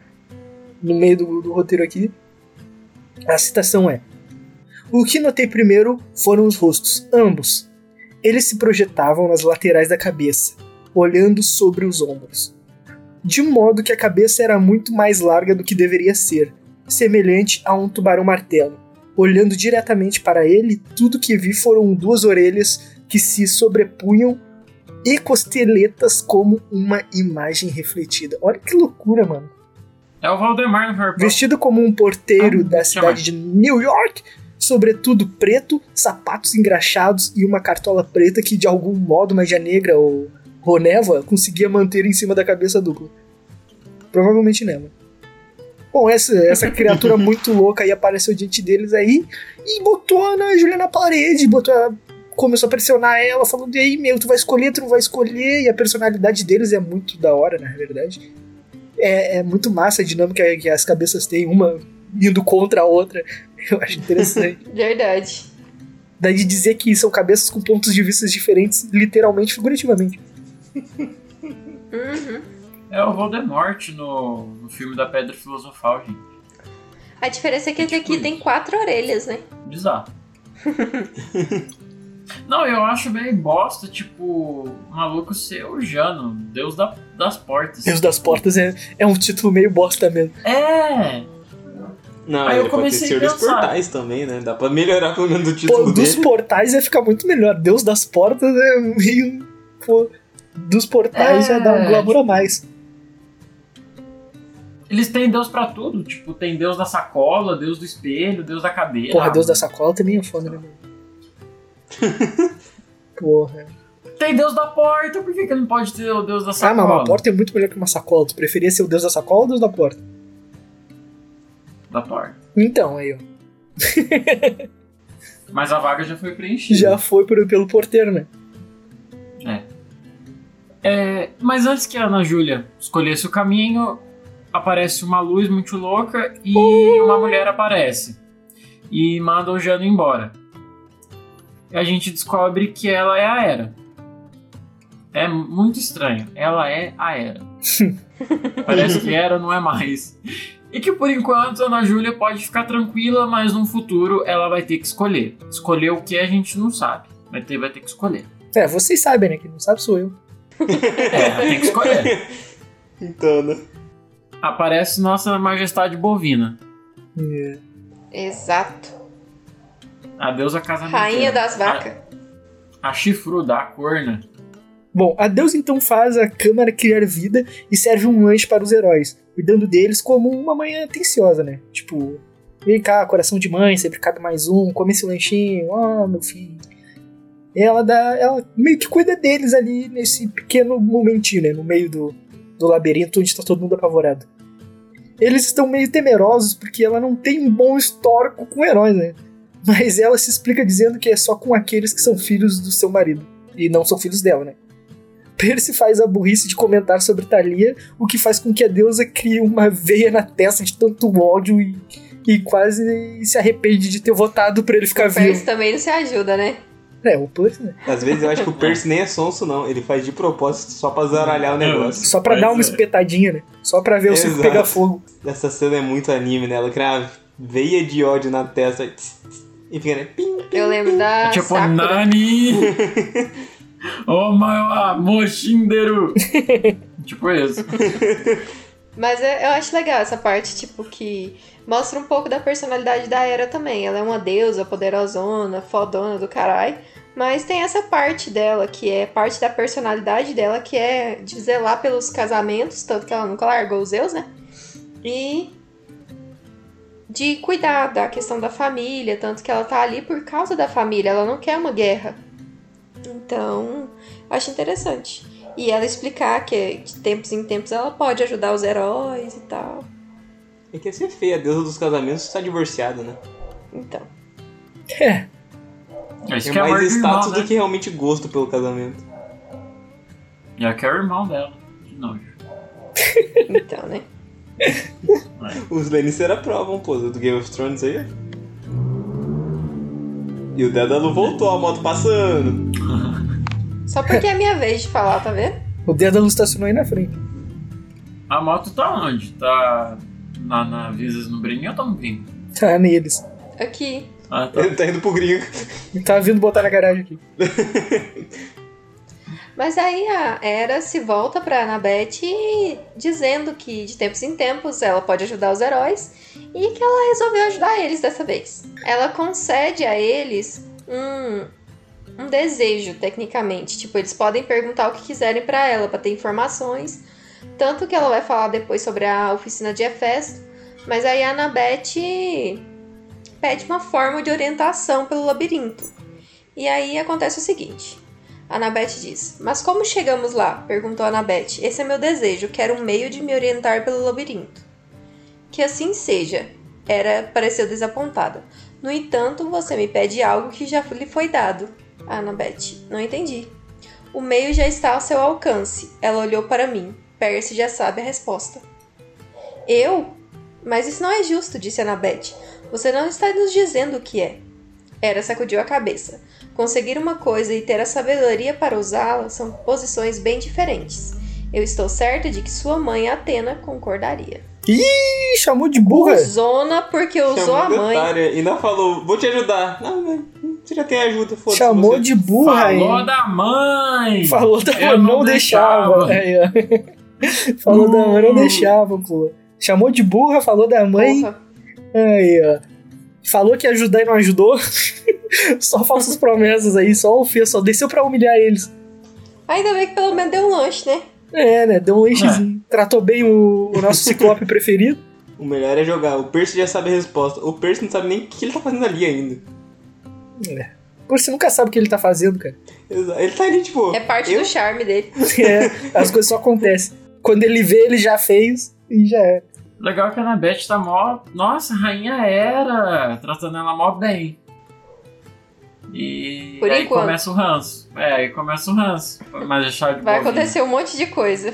no meio do- do roteiro aqui, a citação é: O que notei primeiro foram os rostos, ambos. Eles se projetavam nas laterais da cabeça, olhando sobre os ombros. De um modo que a cabeça era muito mais larga do que deveria ser, semelhante a um tubarão-martelo. Olhando diretamente para ele, tudo que vi foram duas orelhas que se sobrepunham e costeletas como uma imagem refletida. Olha que loucura, mano. É o Valdemar no Harry Potter. Vestido como um porteiro Ah, da chama. cidade de New York, sobretudo preto, sapatos engraxados e uma cartola preta que de algum modo magia negra ou Roneva conseguia manter em cima da cabeça dupla. Provavelmente Nema. Bom, essa, essa criatura muito louca aí apareceu diante deles aí e botou a Ana Julia na parede, botou a- começou a pressionar ela, falando, e aí, meu, tu vai escolher, tu não vai escolher, e a personalidade deles é muito da hora, na verdade é, é muito massa a dinâmica que as cabeças têm, uma indo contra a outra. (laughs) Eu acho (laughs) interessante. Verdade. Daí de dizer que são cabeças com pontos de vista diferentes, literalmente, figurativamente. Uhum. É o Voldemort no, no filme da Pedra Filosofal, gente. A diferença é que esse Tipo aqui tem quatro orelhas, né? (laughs) Bizarro. Não, eu acho bem bosta, tipo, maluco ser o Jano, deus da- das portas. Deus das Portas é, é um título meio bosta mesmo. É! Não, Aí eu ele pode comecei ser a Senhor dos pensar. Portais também, né? Dá pra melhorar pelo menos o título Pô, dos dele. portais ia ficar muito melhor. Deus das Portas é meio. Pô, dos portais É. já dá um glamour a mais. Eles têm deus pra tudo, tipo, tem deus da sacola, deus do espelho, deus da cadeira. Porra, Deus da sacola também é foda, né, (laughs) mano? Porra. Tem deus da porta, por que, que não pode ter o deus Ah, da mas sacola? uma porta é muito melhor que uma sacola. Tu preferia ser o Deus da sacola ou o Deus da porta? Da porta. Então, aí, ó. Mas a vaga já foi preenchida. já foi por- pelo porteiro, né? É, mas antes que a Ana Júlia escolhesse o caminho, aparece uma luz muito louca e uma mulher aparece e manda o Jano embora. E a gente descobre que ela é a Era. É muito estranho. Ela é a Era. Parece que Era não é mais. E que por enquanto a Ana Júlia pode ficar tranquila, mas no futuro ela vai ter que escolher. Escolher o que a gente não sabe. Vai ter, vai ter que escolher. É, vocês sabem, né? Quem não sabe sou eu. É, tem que escolher. Então, né? Aparece Nossa Majestade Bovina. Exato. A deusa casamento. Rainha das vacas. A, a chifruda, a corna. Bom, a Deus então faz a Câmara criar vida e serve um lanche para os heróis, cuidando deles como uma mãe atenciosa, né? Tipo, vem cá, coração de mãe, sempre cabe mais um, come esse lanchinho, ah, meu filho. Ela dá. Ela meio que cuida deles ali nesse pequeno momentinho, né? No meio do, do labirinto onde está todo mundo apavorado. Eles estão meio temerosos porque ela não tem um bom histórico com heróis, né? Mas ela se explica dizendo que é só com aqueles que são filhos do seu marido. E não são filhos dela, né? Percy faz a burrice de comentar sobre Thalia, o que faz com que a deusa crie uma veia na testa de tanto ódio e, e quase se arrepende de ter votado pra ele ficar O Percy vivo. também não se ajuda, né? É, o Percy, né? Às vezes eu acho que o Percy nem é sonso, não. Ele faz de propósito só pra zaralhar o negócio. Só pra Pois dar uma é. espetadinha, né? Só pra ver o circo Exato. pegar fogo. Essa cena é muito anime, né? Ela cria uma veia de ódio na testa e tss, tss, e fica, né? Pim, Eu lembro da tipo, Ah, Sakura. (laughs) Nani! oh, meu amor, Shinderu! tipo isso. Mas eu, eu acho legal essa parte, tipo, que mostra um pouco da personalidade da Era também. Ela é uma deusa poderosona, fodona do caralho. Mas tem essa parte dela, que é parte da personalidade dela, que é de zelar pelos casamentos, tanto que ela nunca largou os Zeus, né? E de cuidar da questão da família, tanto que ela tá ali por causa da família, ela não quer uma guerra. Então, acho interessante. E ela explicar que de tempos em tempos ela pode ajudar os heróis e tal. É que ia ser feia, a deusa dos casamentos está divorciada, né? Então, É, Isso Tem que é amor mais do irmão, status né? do que realmente gosto pelo casamento. Já que é o irmão dela. Que nojo. então, né? Os Lannister aprovam, pô, do Game of Thrones aí. ó. E o Dédalo voltou, a moto passando. Só porque é minha vez de falar, tá vendo? o dedo não estacionou aí na frente. A moto tá onde? Tá na, na Visas no Breninho ou tá no Gringo? Tá neles. Aqui. Ah, tá. Ele tá indo pro gringo. Ele tava vindo botar na garagem aqui. Mas aí a Era se volta pra Anabete dizendo que de tempos em tempos ela pode ajudar os heróis e que ela resolveu ajudar eles dessa vez. Ela concede a eles um, um desejo, tecnicamente. Tipo, eles podem perguntar o que quiserem pra ela, pra ter informações. Tanto que ela vai falar depois sobre a oficina de Hefesto. Mas aí a Anabete pede uma forma de orientação pelo labirinto. E aí acontece o seguinte. Anabete diz: Mas como chegamos lá? perguntou Anabete. Esse é meu desejo, quero um meio de me orientar pelo labirinto. Que assim seja. Era pareceu desapontada. No entanto, você me pede algo que já lhe foi dado. Anabete, não entendi. O meio já está ao seu alcance. Ela olhou para mim. Percy já sabe a resposta. Eu? Mas isso não é justo, disse Anabete. Você não está nos dizendo o que é. Era sacudiu a cabeça. Conseguir uma coisa e ter a sabedoria para usá-la são posições bem diferentes. Eu estou certa de que sua mãe, Atena, concordaria. Ih, chamou de burra. Zona porque usou a Chamou de mãe. otária. E não falou, vou te ajudar. Não, mas você já tem ajuda, foda-se. Chamou você. de burra, hein? Falou da mãe! Falou da Eu mãe, não deixava. É, é. (laughs) falou da mãe, não Uh. deixava, pô. Chamou de burra, falou da mãe. Porra. Aí, ó. Falou que ia ajudar e não ajudou. (laughs) só falsas promessas aí, só ofensa, só desceu pra humilhar eles. Ainda bem que pelo menos deu um lanche, né? É, né? Deu um lanchezinho. Tratou bem o, o nosso ciclope (laughs) preferido. O melhor é jogar. O Percy já sabe a resposta. O Percy não sabe nem o que ele tá fazendo ali ainda. Pô, você nunca sabe o que ele tá fazendo, cara. Exa- Ele tá ali, tipo. É parte eu, do charme dele. (laughs) É, as coisas só acontecem. Quando ele vê, ele já fez e já é. Legal que a Anabeth tá mó. Nossa, rainha era! Tratando ela mó bem. E Por aí enquanto. começa o ranço. É, aí começa o ranço. Mas deixar de Vai boa vida. acontecer um monte de coisa.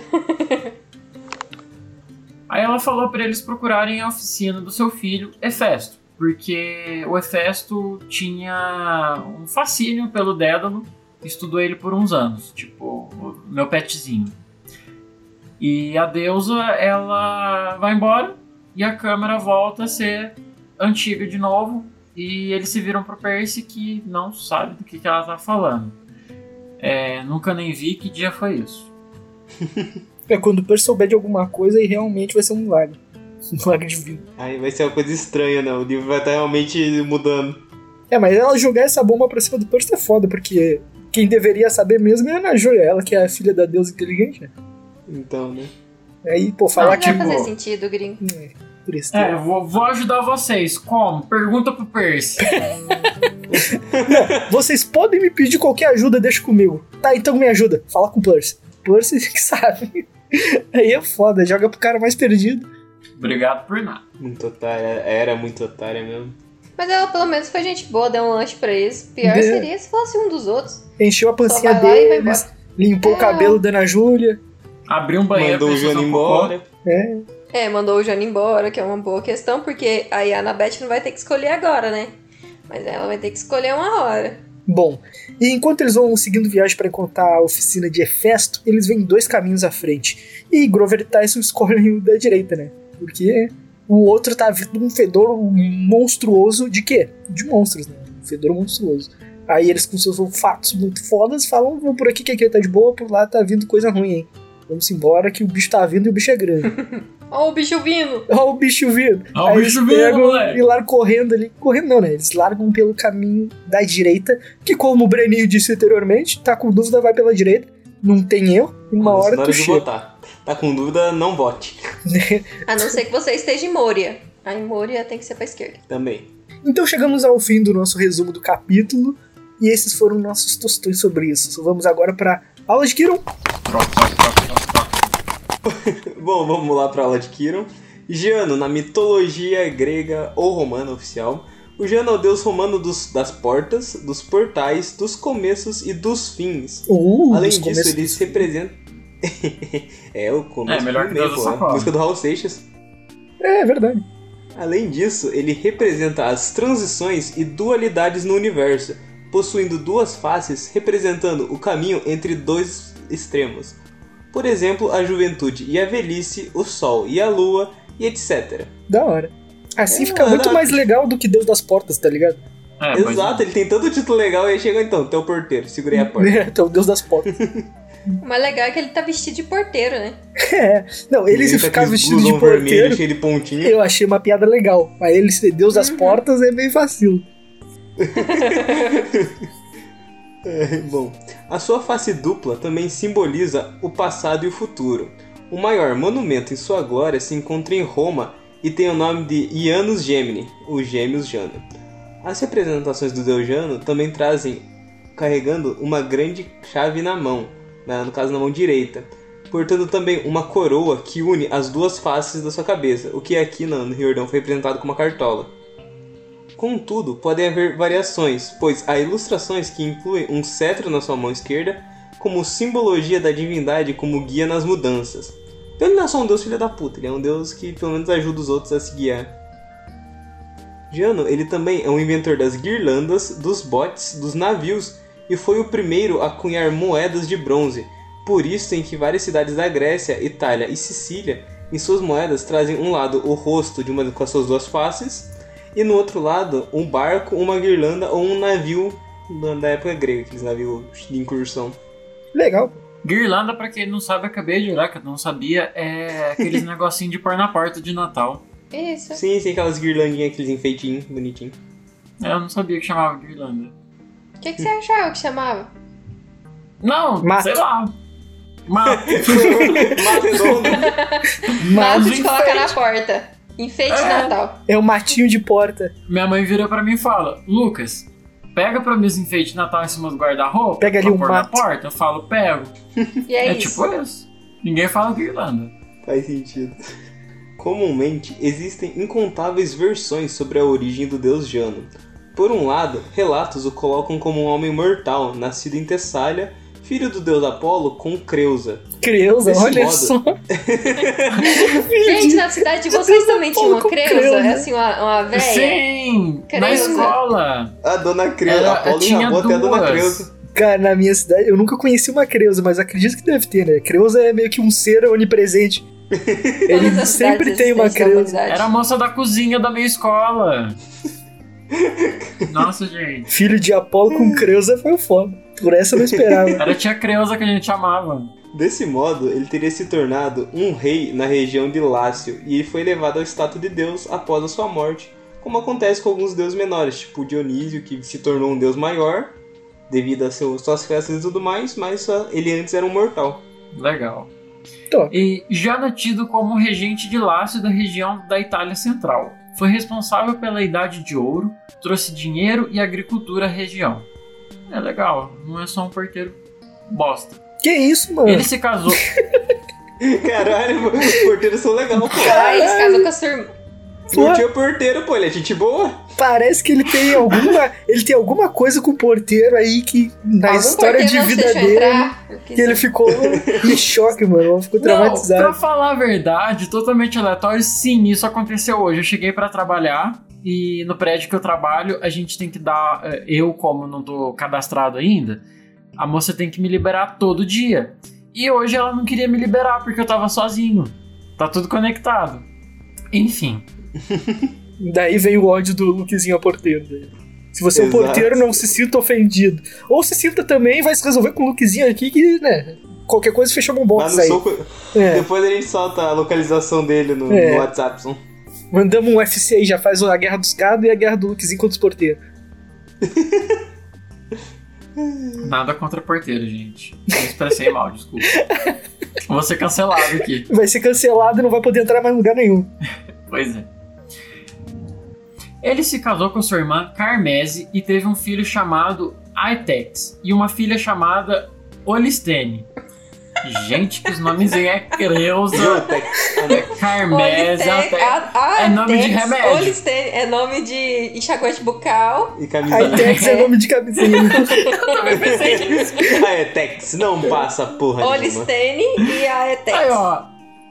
Aí ela falou pra eles procurarem a oficina do seu filho, Hefesto, porque o Hefesto tinha um fascínio pelo Dédalo, estudou ele por uns anos, tipo, o meu petzinho. E a deusa, ela vai embora e a câmera volta a ser antiga de novo e eles se viram pro Percy que não sabe do que, que ela tá falando. É, nunca nem vi que dia foi isso. É quando o Percy souber de alguma coisa e realmente vai ser um milagre. Um milagre divino. Aí vai ser uma coisa estranha, né? O livro vai estar realmente mudando. É, mas ela jogar essa bomba pra cima do Percy é foda, porque quem deveria saber mesmo é a Ana Júlia, ela que é a filha da deusa inteligente. né? Então, né? Aí, pô, falar Não, não que. tipo- vai fazer sentido, gringo. É, tristeza. É, eu vou, vou ajudar vocês. Como? Pergunta pro Percy. Vocês podem me pedir qualquer ajuda, deixa comigo. Tá, então me ajuda. Fala com o Percy. Percy (laughs) que sabe. Aí é foda, joga pro cara mais perdido. Obrigado por nada. Muito otária. Era muito otária mesmo. Mas ela pelo menos foi gente boa, deu um lanche pra eles. Pior Deu. seria se fosse um dos outros. Encheu a Só pancinha vai lá e vai deles, embora. limpou o É. cabelo da Ana Júlia. Abriu um banheiro Mandou o pra Johnny eles fazer um cocô. embora. É, É, mandou o Jânio embora, que é uma boa questão, porque aí a Anabeth não vai ter que escolher agora, né? Mas ela vai ter que escolher uma hora. Bom, e enquanto eles vão seguindo viagem pra encontrar a oficina de Hefesto, eles vêm dois caminhos à frente. E Grover e Tyson escolhem o da direita, né? Porque o outro tá vindo um fedor monstruoso de quê? De monstros, né? Um fedor monstruoso. Aí eles com seus olfatos muito fodas falam, vamos por aqui que aqui tá de boa, por lá tá vindo coisa ruim, hein? Vamos embora que o bicho tá vindo e o bicho é grande. (laughs) Ó, o bicho vindo! Ó o bicho vindo. Ó o Aí bicho eles vindo, pegam (laughs) moleque. E largam correndo ali. Correndo não, né? Eles largam pelo caminho da direita, que como o Breninho disse anteriormente, tá com dúvida, vai pela direita. Não tem erro. E uma Mas hora na tu de chega. votar. Tá com dúvida, não vote. A não ser que você esteja em Moria. Aí Moria tem que ser pra esquerda. Também. (laughs) Então chegamos ao fim do nosso resumo do capítulo. E esses foram nossos tostões sobre isso. Vamos agora pra aula de Kiron. Bom, vamos lá pra aula de Kiron. Giano, na mitologia grega ou romana oficial, o Giano é o deus romano dos- das portas, dos portais, dos começos e dos fins. Uh, Além dos disso, começos- ele se representa. (laughs) é, o começo É, melhor do que meio, Deus pô, do né? Sacola. Música do Raul Seixas. É verdade. Além disso, ele representa as transições e dualidades no universo, possuindo duas faces representando o caminho entre dois extremos. Por exemplo, a juventude e a velhice, o sol e a lua, e etc. Da hora. Assim É, fica da muito hora. mais legal do que Deus das Portas, tá ligado? É, pois é. Exato, ele tem tanto título legal e aí chega então, teu porteiro, segurei a porta. (laughs) então, Deus das Portas. O mais legal é que ele tá vestido de porteiro, né? é. Não, ele se tá com ficar aqueles vestido de blusão porteiro. vermelho, cheio de pontinho. Eu achei uma piada legal. Mas ele ser Deus das Uhum. portas é bem vacilo. É, (laughs) Bom, a sua face dupla também simboliza o passado e o futuro. O maior monumento em sua glória se encontra em Roma e tem o nome de Janus Gemini, o Gêmeos Jano. As representações do deus Jano também trazem carregando uma grande chave na mão, na- no caso na mão direita, portando também uma coroa que une as duas faces da sua cabeça, o que aqui na- no Riordão foi representado como uma cartola. Contudo, podem haver variações, pois há ilustrações que incluem um cetro na sua mão esquerda como simbologia da divindade como guia nas mudanças. Então ele não é só um deus filho da puta, ele é um deus que pelo menos ajuda os outros a se guiar. Jano, ele também é um inventor das guirlandas, dos botes, dos navios e foi o primeiro a cunhar moedas de bronze. Por isso em que várias cidades da Grécia, Itália e Sicília, em suas moedas trazem um lado o rosto de uma com as suas duas faces e no outro lado, um barco, uma guirlanda ou um navio da- da época grega, aqueles navios de incursão. Legal. Guirlanda, pra quem não sabe, acabei de olhar, que eu não sabia, é aqueles (laughs) negocinho de pôr na porta de Natal. Isso. Sim, tem aquelas guirlandinhas, aqueles enfeitinhos bonitinhos. Eu não sabia que chamava Guirlanda. O que, que você achava que chamava? Não, Mato. sei lá. Mato. Mato redondo. Mas Mato de colocar na porta. Enfeite de É. Natal. é o matinho de porta. (laughs) Minha mãe vira pra mim e fala: Lucas, pega pra mim os enfeites de Natal em cima do guarda-roupa. Pega ali pra um pôr mato." na porta. Eu falo: pego. E é, É, isso. tipo isso. Ninguém fala Guirlanda. Faz sentido. Comumente, existem incontáveis versões sobre a origem do deus Jano. Por um lado, relatos o colocam como um homem mortal, nascido em Tessália, filho do deus Apolo com Creusa. Creuza, Desse olha modo. (laughs) só. Gente, na cidade de vocês também tinha uma um pouco né? creusa, creusa. é assim, uma, uma véia. Sim! Na Creusa. escola! A dona Creusa, Era- Apolo tinha enrabou até a dona duas. Creusa. Cara, na minha cidade, eu nunca conheci uma Creuza, mas acredito que deve ter, né? Creuza é meio que um ser (laughs) onipresente. Todas Ele as cidades assim sempre tem uma existentes da Creuza. humanidade. Era a moça da cozinha da minha escola. Nossa, gente. Filho de Apolo com Creusa foi o foda. Por essa eu não (laughs) esperava. Era a tia Creuza que a gente amava. Desse modo, ele teria se tornado um rei na região de Lácio e foi elevado ao status de deus após a sua morte, como acontece com alguns deuses menores, tipo Dionísio, que se tornou um deus maior devido a seu- suas festas e tudo mais, mas só- ele antes era um mortal. (laughs) Legal. Top. E já natido como um regente de Lácio da região da Itália Central. Foi responsável pela Idade de Ouro, trouxe dinheiro e agricultura à região. É legal, não é só um porteiro bosta. Que isso, mano? Ele se casou. Caralho, os porteiros são legal, pô. Ah, ele se casou com a sua irmã. Não tinha porteiro, pô, ele é gente boa. Parece que ele tem alguma. ele tem alguma coisa com o porteiro aí que na Algum história de porteiro não vida deixou dele. entrar, eu quis Que ele ficou (laughs) em choque, mano. Ficou Não, pra traumatizado. falar a verdade, totalmente aleatório, sim, isso aconteceu hoje. Eu cheguei pra trabalhar e no prédio que eu trabalho, a gente tem que dar. eh, Eu, como não tô cadastrado ainda, a moça tem que me liberar todo dia. E hoje ela não queria me liberar porque eu tava sozinho. Tá tudo conectado. Enfim. Daí vem o ódio do Luquezinho a porteiro. né? Se você é um Exato. porteiro, não se sinta ofendido. Ou se sinta também, vai se resolver com o Luquezinho aqui que, né? Qualquer coisa fechou um Lá box no aí. soco. É. Depois a gente solta a localização dele no, É. no WhatsApp. só. Mandamos um UFC aí, já faz a guerra dos cados e a guerra do Luquezinho contra os porteiros. Nada contra porteiro, gente. Eu expressei mal, desculpa. Vou ser cancelado aqui. Vai ser cancelado e não vai poder entrar mais em lugar nenhum. Pois é. Ele se casou com sua irmã Carmese e teve um filho chamado Aitex e uma filha chamada Olistene. Gente, que os nomes aí é Creuza, Geotex. é Carmese, Olistene- Aitex. a- a- É nome de Tex, remédio. Olistene é nome de enxaguante bucal. E camisa. Aí Tex é nome de camisinha. (laughs) (laughs) Ah, é Tex, não passa porra nenhuma. Olistene e a Etex. Aí, ó.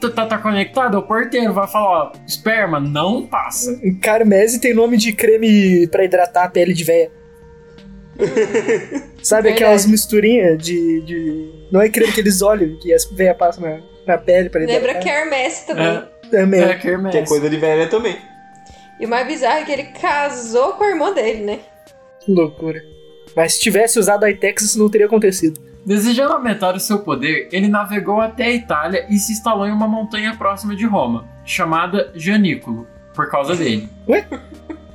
tu Tá, tá conectado? O porteiro vai falar, ó, esperma, não passa. Carmese tem nome de creme pra hidratar a pele de véia. Sabe aquelas Verdade. misturinhas de, de- Não é creme aqueles óleos que as véia passam na, na pele pra hidratar. Lembra Ah, Kermesse também. É, Também. é Que é Carmese. coisa de velha também. E o mais bizarro é que ele casou com a irmã dele, né? Que Loucura. Mas se tivesse usado a Itex, isso não teria acontecido. Desejando aumentar o seu poder, ele navegou até a Itália e se instalou em uma montanha próxima de Roma, chamada Janículo, por causa dele.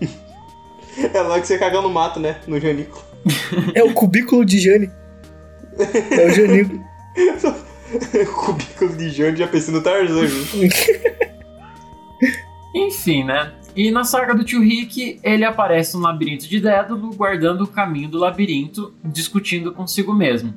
É lá que você caga no mato, né? No Janico. (laughs) É o cubículo de Jane. É o Janico. Cubículo de Jane já pensei no Tarzan. viu? Enfim, né? E na saga do tio Rick, ele aparece no labirinto de Dédalo, guardando o caminho do labirinto, discutindo consigo mesmo.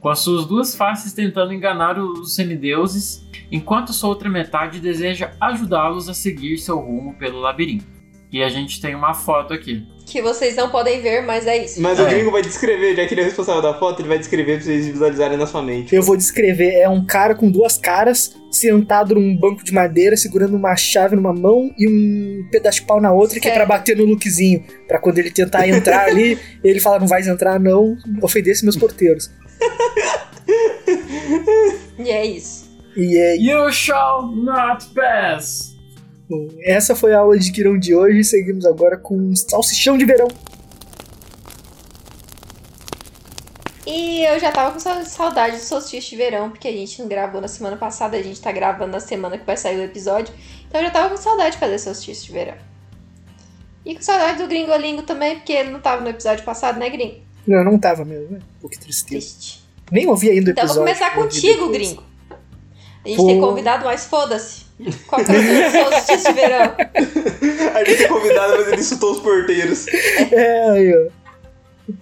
Com as suas duas faces tentando enganar os semideuses, enquanto sua outra metade deseja ajudá-los a seguir seu rumo pelo labirinto. E a gente tem uma foto aqui. Que vocês não podem ver, mas é isso. Mas É. o gringo vai descrever, já que ele é o responsável da foto, ele vai descrever pra vocês visualizarem na sua mente. (laughs) Eu vou descrever. É um cara com duas caras, sentado num banco de madeira, segurando uma chave numa mão e um pedaço de pau na outra, que é pra Certo. bater no lookzinho. Pra quando ele tentar entrar ali, ele fala, não vais entrar não, ofendesse meus porteiros. E é isso. E é, You shall not pass! essa foi a aula de Kirão de hoje. Seguimos agora com um Salsichão de Verão. E eu já tava com sa- saudade do solstício de verão, porque a gente não gravou na semana passada, a gente tá gravando na semana que vai sair o episódio. Então eu já tava com saudade de fazer solstício de verão. E com saudade do gringolingo também, porque ele não tava no episódio passado, né, gringo? Não, não tava mesmo, né? Pô, que tristeza. Triste. Nem ouvi ainda o Então episódio. vou começar ouvi contigo, depois. gringo. A gente Pô. tem convidado, mas foda-se. Qual que é o seu solstício de verão? A gente é convidado, mas ele insultou os (laughs) porteiros. É, aí, ó.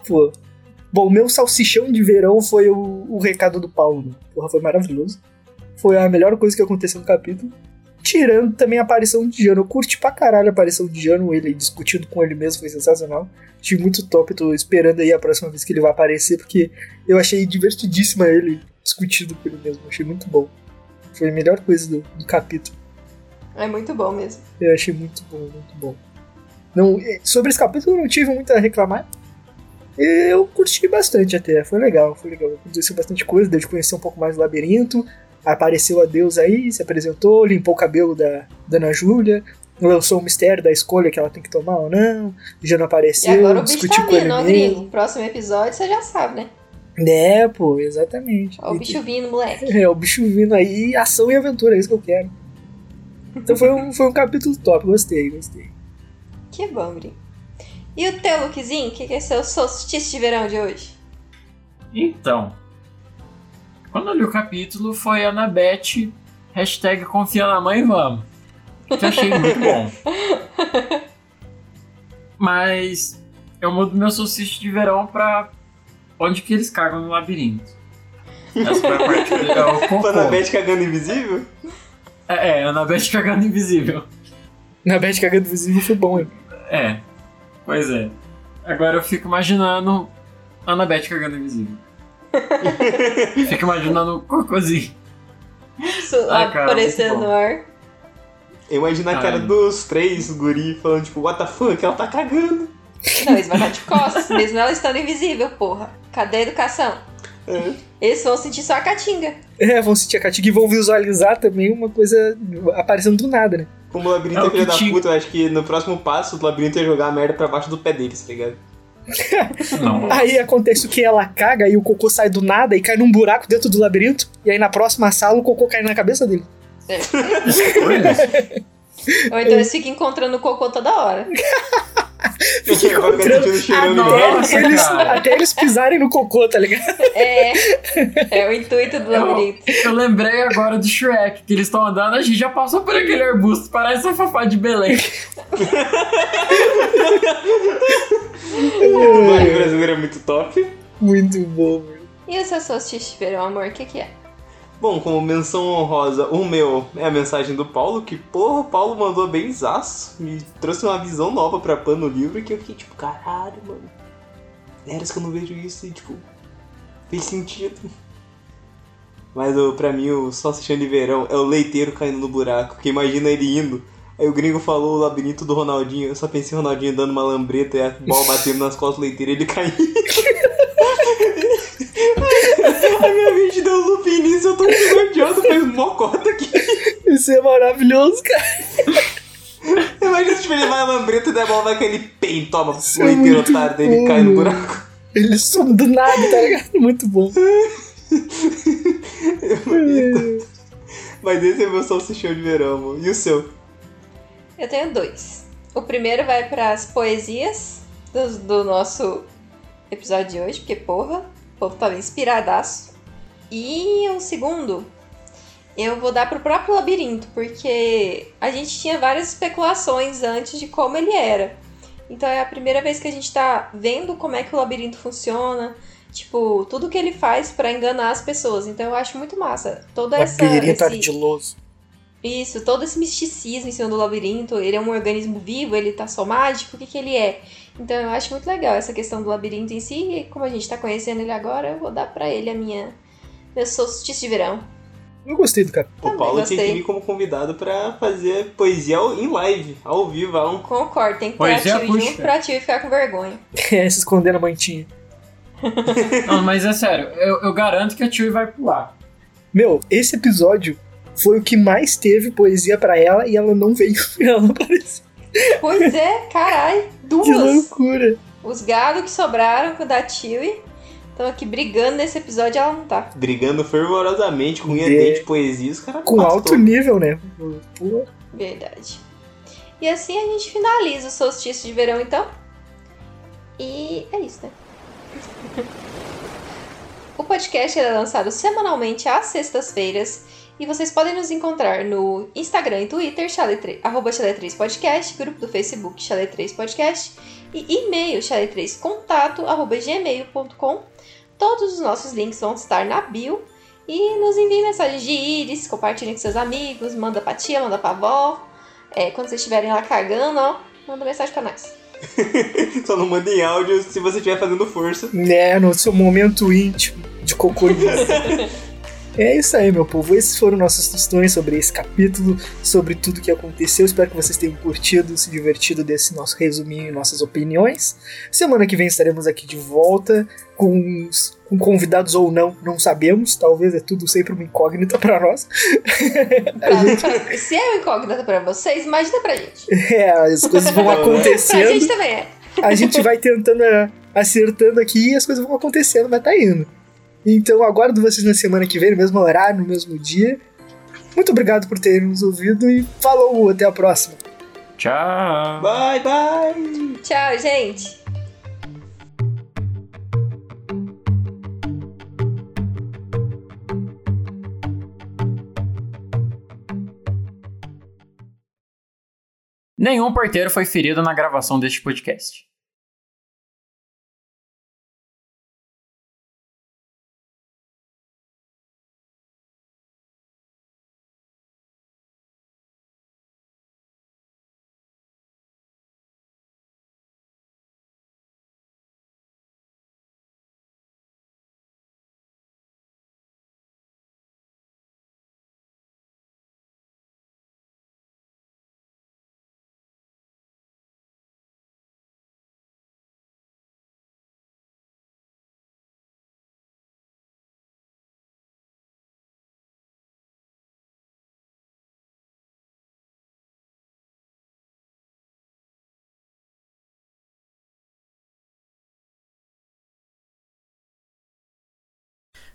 Pô. Bom, meu salsichão de verão foi o, o recado do Paulo. Porra, foi maravilhoso. Foi a melhor coisa que aconteceu no capítulo. Tirando também a aparição de Jano. Eu curti pra caralho a aparição de Jano, ele discutindo com ele mesmo, foi sensacional. Achei muito top, tô esperando aí a próxima vez que ele vai aparecer, porque eu achei divertidíssima ele discutindo com ele mesmo. Achei muito bom. Foi a melhor coisa do, do capítulo. É muito bom mesmo. Eu achei muito bom, muito bom. Não, eh, sobre esse capítulo eu não tive muito a reclamar. E Eu curti bastante até, foi legal, foi legal. Aconteceu bastante coisa, deu de conhecer um pouco mais do labirinto. Apareceu a Deus aí, se apresentou, limpou o cabelo da Dona Júlia. lançou o mistério da escolha que ela tem que tomar ou não, já não E apareceu, agora o bicho discuti tá com ele vindo, ó, mesmo. gringo. Próximo episódio você já sabe, né? É, pô, exatamente. Ó, o bicho vindo, moleque. (laughs) É, o bicho vindo aí, ação e aventura, é isso que eu quero. Então foi um, foi um capítulo top, gostei, gostei. Que bom, gringo. E o teu lookzinho? O que, que é seu solstício de verão de hoje? Então, quando eu li o capítulo foi Anabete, hashtag confia na mãe, vamos. Que eu achei muito bom. Mas eu mudo meu solstício de verão pra onde que eles cagam no labirinto. Essa foi a parte que é o cocô. Panabete cagando invisível? É, é, Anabete cagando invisível. Na Bad Cagando Visível foi bom, hein? É, pois é. Agora eu fico imaginando a Anabete cagando invisível. fico imaginando o cocôzinho. Isso Ai, Ah, cara, aparecendo muito bom. no ar. Eu imagino a cara Ai. dos três guri falando, tipo, what the fuck, ela tá cagando. Não, eles vão estar de costas, mesmo ela estando invisível, porra. Cadê a educação? É. Eles vão sentir só a caatinga. É, vão sentir a Katika e vão visualizar também uma coisa aparecendo do nada, né? Como o labirinto É é o filho que da tinha. puta, eu acho que no próximo passo o labirinto é jogar a merda pra baixo do pé deles, tá ligado? Não. Aí acontece o que ela caga e o cocô sai do nada e cai num buraco dentro do labirinto. E aí na próxima sala o cocô cai na cabeça dele. Ou É. então eles ficam encontrando cocô toda hora. Vai ficar encontrando- sentindo cheirando Ah, merda. Nossa, eles, cara. até eles pisarem no cocô, tá ligado? É, é o intuito do labirinto. Eu lembrei agora do Shrek, que eles estão andando, a gente já passou por aquele arbusto, parece a Fafá de Belém. O Mario brasileiro é muito top. Muito bom, mano. E o seu solstício de verão, amor? O que, que é? Bom, como menção honrosa, o meu é a mensagem do Paulo, que porra, o Paulo mandou bem zaço, me trouxe uma visão nova pra pano no livro, que eu fiquei tipo, caralho, mano. Eras que eu não vejo isso e tipo, fez sentido. Mas o- pra mim o só assistindo de verão é o leiteiro caindo no buraco, que imagina ele indo. Aí o gringo falou o labirinto do Ronaldinho, eu só pensei em Ronaldinho dando uma lambreta e a bola batendo nas costas do leiteiro e ele caindo. A minha mente deu um looping nisso, eu tô muito gordioso, fez mocota aqui. Isso é maravilhoso, cara. Imagina se tipo, ele vai a lambreta e daí a bola vai aquele pem, toma Isso o é inteiro muito otário dele bom, cai no mano. buraco. (laughs) Ele some do nada, tá ligado? Muito bom. Mas esse é meu salsichão de verão, amor. E o seu? Eu tenho dois. O primeiro vai para as poesias do, do nosso episódio de hoje, porque porra, o povo tá inspiradaço. E o segundo, eu vou dar pro próprio labirinto, porque a gente tinha várias especulações antes de como ele era. Então é a primeira vez que a gente tá vendo como é que o labirinto funciona, tipo, tudo que ele faz para enganar as pessoas. Então eu acho muito massa. Toda essa Labirinto esse- ardiloso. isso, todo esse misticismo em cima do labirinto, ele é um organismo vivo, ele tá só mágico, o que que ele é? Então eu acho muito legal essa questão do labirinto em si, e como a gente tá conhecendo ele agora, eu vou dar pra ele a minha meu solstício de verão. Eu gostei do capítulo. O Paulo tinha que gostei. vir como convidado pra fazer poesia ao- em live, ao vivo, a um. Concordo, tem que ter Pois é, ativo junto acústica. pra ativo e ficar com vergonha. (laughs) É, se esconder na mantinha. Não, mas é sério, eu, eu garanto que a Tio vai pular. Meu, esse episódio foi o que mais teve poesia pra ela e ela não veio. (laughs) Ela não apareceu. Pois é, carai, Que duas! loucura. Os gados que sobraram com o da Tilly estão aqui brigando nesse episódio, ela não tá. Brigando fervorosamente com unha, De- dente, poesia, os caras Com bastou. alto nível, né? Pô, Verdade. E assim a gente finaliza o solstício de verão, então. E é isso, né? (laughs) o podcast ele é lançado semanalmente às sextas-feiras. E vocês podem nos encontrar no Instagram e Twitter, chale3, arroba chale3podcast, grupo do Facebook chale3podcast e e-mail chale3contato, arroba gmail.com. Todos os nossos links vão estar na bio e nos enviem mensagens de íris, compartilhem com seus amigos, manda pra tia, manda pra avó. É, quando vocês estiverem lá cagando, ó, manda mensagem pra nós. (laughs) Só não manda em áudio se você estiver fazendo força. né? No seu momento íntimo de cocô. É isso aí, meu povo. Esses foram nossas questões sobre esse capítulo, sobre tudo que aconteceu. Espero que vocês tenham curtido, se divertido desse nosso resuminho e nossas opiniões. Semana que vem estaremos aqui de volta, com, os- com convidados ou não, não sabemos. Talvez é tudo sempre uma incógnita para nós. Pra- Se é um incógnita pra vocês, imagina pra gente. É, as coisas vão Pra gente acontecendo. também é. A gente vai tentando, é, acertando aqui e as coisas vão acontecendo, mas tá indo. Então aguardo vocês na semana que vem, no mesmo horário, no mesmo dia. Muito obrigado por terem nos ouvido e falou, até a próxima. Tchau. Bye, bye! Tchau, gente. Nenhum porteiro foi ferido na gravação deste podcast.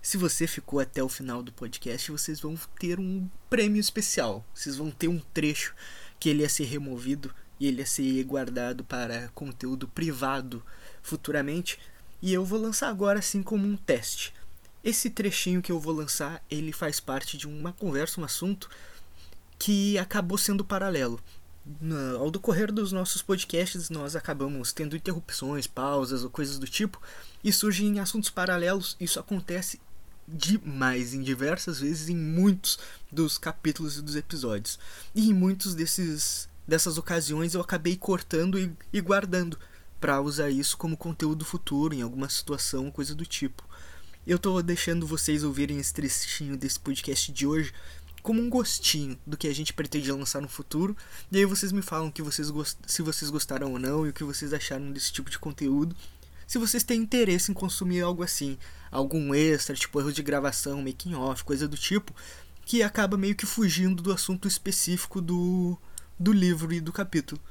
Se você ficou até o final do podcast, vocês vão ter um prêmio especial. Vocês vão ter um trecho que ele ia ser removido e ele ia ser guardado para conteúdo privado futuramente. E eu vou lançar agora assim como um teste. Esse trechinho que eu vou lançar, ele faz parte de uma conversa, um assunto que acabou sendo paralelo. Na- ao decorrer dos nossos podcasts, nós acabamos tendo interrupções, pausas ou coisas do tipo, e surgem assuntos paralelos. Isso acontece demais, em diversas vezes, em muitos dos capítulos e dos episódios. E em muitos desses dessas ocasiões eu acabei cortando e, e guardando para usar isso como conteúdo futuro em alguma situação, coisa do tipo. Eu tô deixando vocês ouvirem esse trechinho desse podcast de hoje como um gostinho do que a gente pretende lançar no futuro. E aí vocês me falam que vocês gos- se vocês gostaram ou não e o que vocês acharam desse tipo de conteúdo. Se vocês têm interesse em consumir algo assim, algum extra, tipo erro de gravação, making off, coisa do tipo, que acaba meio que fugindo do assunto específico do, do livro e do capítulo.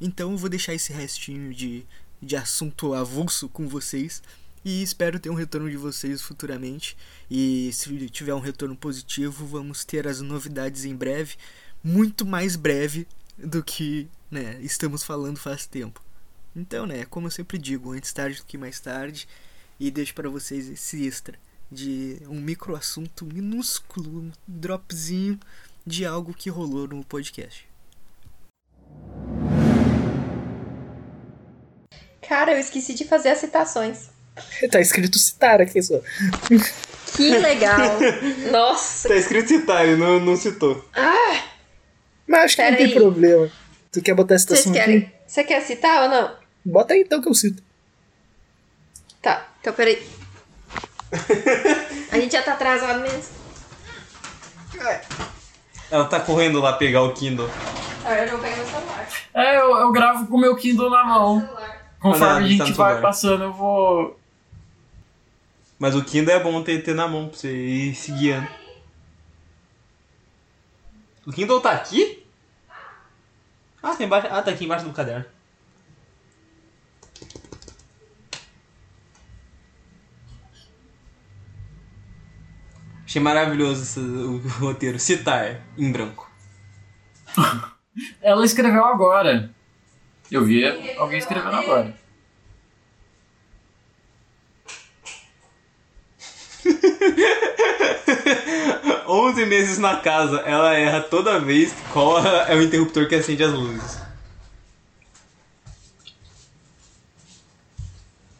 Então eu vou deixar esse restinho de, de assunto avulso com vocês e espero ter um retorno de vocês futuramente. E se tiver um retorno positivo, vamos ter as novidades em breve, muito mais breve do que né, estamos falando faz tempo. Então, né, como eu sempre digo, antes tarde do que mais tarde, e deixo para vocês esse extra de um micro assunto minúsculo, um dropzinho de algo que rolou no podcast. Cara, eu esqueci de fazer as citações. Tá escrito citar aqui só. Que legal. (laughs) Nossa. Tá escrito citar, ele não, não citou. Mas acho que não Pera tem aí. problema. Tu quer botar a Vocês citação aqui? querem? Você quer citar ou não? Bota aí então que eu cito. Tá, então peraí. A gente já tá atrasado mesmo. Ela tá correndo lá pegar o Kindle. Agora Ah, eu vou pegar meu celular. É, eu, eu gravo com o meu Kindle na mão. celular. Olha, Conforme a tá gente no vai celular. passando, eu vou. Mas o Kindle é bom ter, ter na mão pra você ir se guiando. O Kindle tá aqui? Ah, tá embaixo. Ah, tá aqui embaixo do caderno. Achei maravilhoso esse- o roteiro. Citar em branco. (laughs) Ela escreveu agora. Eu vi alguém escrevendo agora. Onze meses na casa, ela erra toda vez qual é o interruptor que acende as luzes.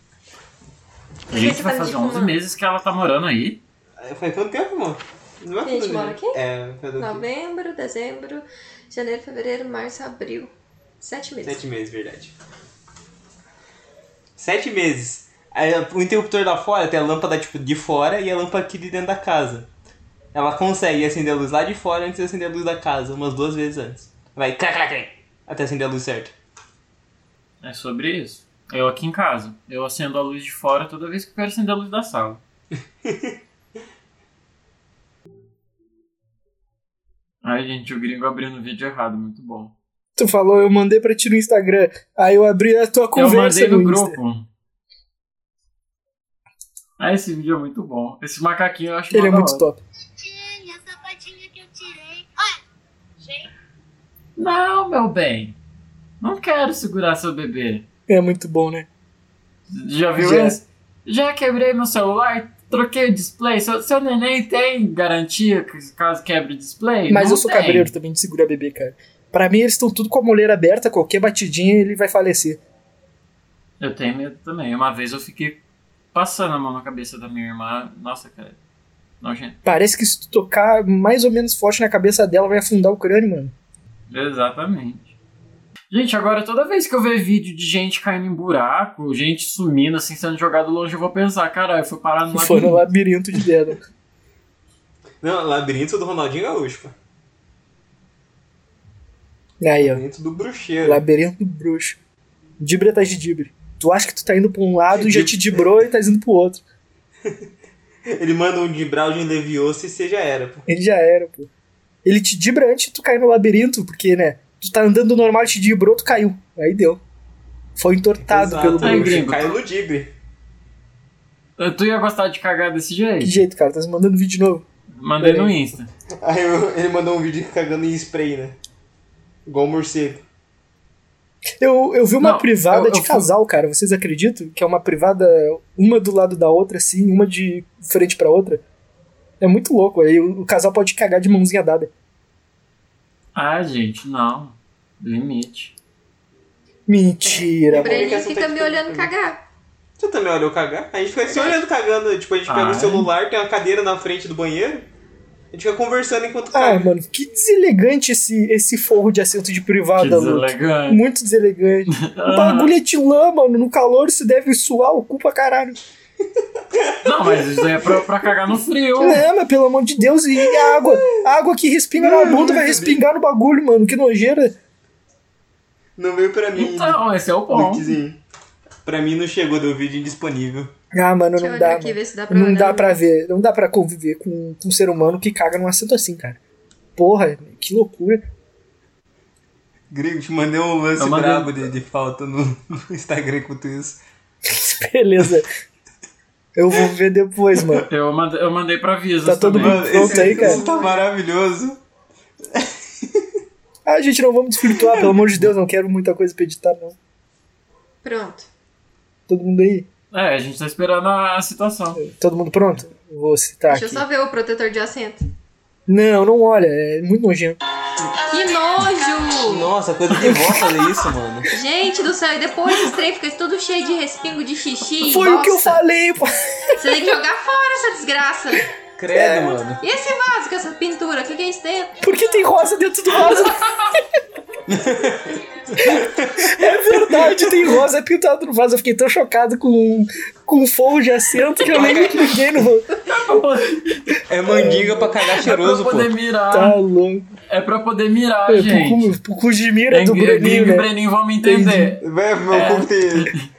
A Por que gente você vai tá fazer me 11 meses que ela tá morando aí. Aí Faz quanto tempo, amor? Não é A gente tudo, né? mora aqui? É, faz o quê? Novembro, dezembro, janeiro, fevereiro, março, abril. Sete meses. Sete meses, verdade. Sete meses. Aí, O interruptor lá fora tem a lâmpada tipo de fora e a lâmpada aqui de dentro da casa. Ela consegue acender a luz lá de fora antes de acender a luz da casa, umas duas vezes antes. Vai crac, crac, crac, até acender a luz certa. É sobre isso. Eu aqui em casa. Eu acendo a luz de fora toda vez que eu quero acender a luz da sala. Ai, gente, o gringo abriu no vídeo errado, muito bom. Tu falou, eu mandei pra ti no Instagram. Aí eu abri a tua Eu conversa mandei no Insta. grupo. Ah, esse vídeo é muito bom. Esse macaquinho eu acho Ele é mó da muito hora. top. Gente, a sapatinha que eu tirei. Olha, gente, Não, meu bem. Não quero segurar seu bebê. É muito bom, né? Já viu Já. isso? Já quebrei meu celular, troquei o display. Seu, seu neném tem garantia que caso quebre o display? Mas é Não eu sou tem. cabreiro também de segurar bebê, cara. Pra mim, eles estão tudo com a moleira aberta, qualquer batidinha ele vai falecer. Eu tenho medo também. Uma vez eu fiquei passando a mão na cabeça da minha irmã. Nossa, cara. Nojento. Parece que se tu tocar mais ou menos forte na cabeça dela, vai afundar o crânio, mano. Exatamente. Gente, agora toda vez que eu ver vídeo de gente caindo em buraco, gente sumindo, assim, sendo jogado longe, eu vou pensar, caralho, foi parar no (laughs) Foi no labirinto. labirinto de dedo. Não, labirinto do Ronaldinho Gaúcho, pô. Aí, ó. Labirinto do bruxeiro. Labirinto do bruxo. Dibra tá de dibre. Tu acha que tu tá indo pra um lado, já Dib- te dibrou e tá indo pro outro. Ele manda um de Braulio Levioso e seja era, pô. Ele já era, pô. Ele te dibra antes de tu cair no labirinto, porque, né? Tu tá andando normal, te dibrou, tu caiu. Aí deu. Foi entortado Exato, pelo Ai, bruxo. gringo. Caiu no Digre. Tu ia gostar de cagar desse Que jeito? jeito, cara? Tá me mandando vídeo de novo. Mandei no Insta. Aí eu- ele mandou um vídeo cagando em spray, né? Igual um morcego. Eu, eu vi uma Não, privada eu- eu de fui- casal, cara. Vocês acreditam? Que é uma privada, uma do lado da outra, assim, uma de frente pra outra. É muito louco. Aí o, o casal pode cagar de mãozinha dada. Ah, gente, não. Limite. Mentira, O mano. bem que Breninho essa fica tá me ficando olhando pra mim. cagar. Você também olhou cagar? A gente fica se olhando cagando. Tipo, a gente pega Ai. o celular, tem uma cadeira na frente do banheiro. A gente fica conversando enquanto É, Ah, caga. mano, que deselegante esse, esse forro de assento de Que privada, mano. deselegante. Muito deselegante. O bagulho é de lã, mano. No calor se deve suar o cu pra caralho. Não, mas isso daí é pra, pra cagar no frio. Não, É, mas pelo amor de Deus, e a água? A água que respinga na bunda vai respingar no bagulho, mano. Que nojeira. Não veio pra mim. né? Então, esse é o bom. Linkzinho. Pra mim não chegou do vídeo indisponível. Ah, mano, Deixa eu não olhar dá. aqui mano. ver se dá pra Não olhar. dá pra ver, não dá pra conviver com, com um ser humano que caga num assento assim, cara. Porra, que loucura. (laughs) Grego, te mandei um lance Eu mandei- brabo de, de falta no, no Instagram enquanto isso. Beleza. Eu vou ver depois, mano. Eu mandei, eu mandei pra Visas Tá todo também. mundo- Pronto aí, cara. tá maravilhoso. Ah, gente, não vamos desvirtuar, pelo amor de Deus, não quero muita coisa pra editar, não. Pronto. Todo mundo aí? É, a gente tá esperando a, a situação. É Todo mundo pronto? Vou citar Deixa eu aqui. só ver o protetor de assento. Não, não olha, é muito nojento. Que nojo! Nossa, coisa de vó fazer isso, mano. Gente do céu, e depois esse trem fica tudo cheio de respingo de xixi. e Foi o que eu bosta. falei, pô. Você tem que jogar fora essa desgraça. Credo, mano. E esse vaso com essa pintura? O que, que é isso dentro? Por que tem rosa dentro do vaso? é verdade, tem rosa pintado no vaso. Eu fiquei tão chocado com, com o forro de assento que eu nem me liguei no. Pra poder- É mandiga É pra cagar cheiroso, pra pô. poder mirar. Tá louco. É pra poder mirar, É, gente. pro cu- pro cu de mira Tem do É gringo Bruninho, e né? Breninho vão me entender. Vai, meu corpo tem.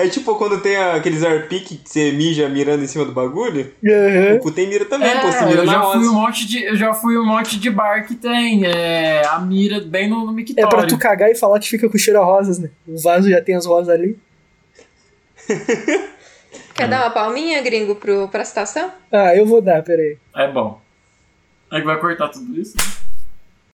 É tipo quando tem aqueles arpique que você mija mirando em cima do bagulho. Aham. O cu tem mira também, pô. Você É, mira eu, na já fui um rosa. monte de, eu já fui um monte de bar que tem é, a mira bem no, no É pra mictório. tu cagar e falar que fica com cheiro a rosas, né? O vaso já tem as rosas ali. Quer dar uma palminha, gringo, pro, pra citação? Ah, eu vou dar, peraí. É bom. É que vai cortar tudo isso?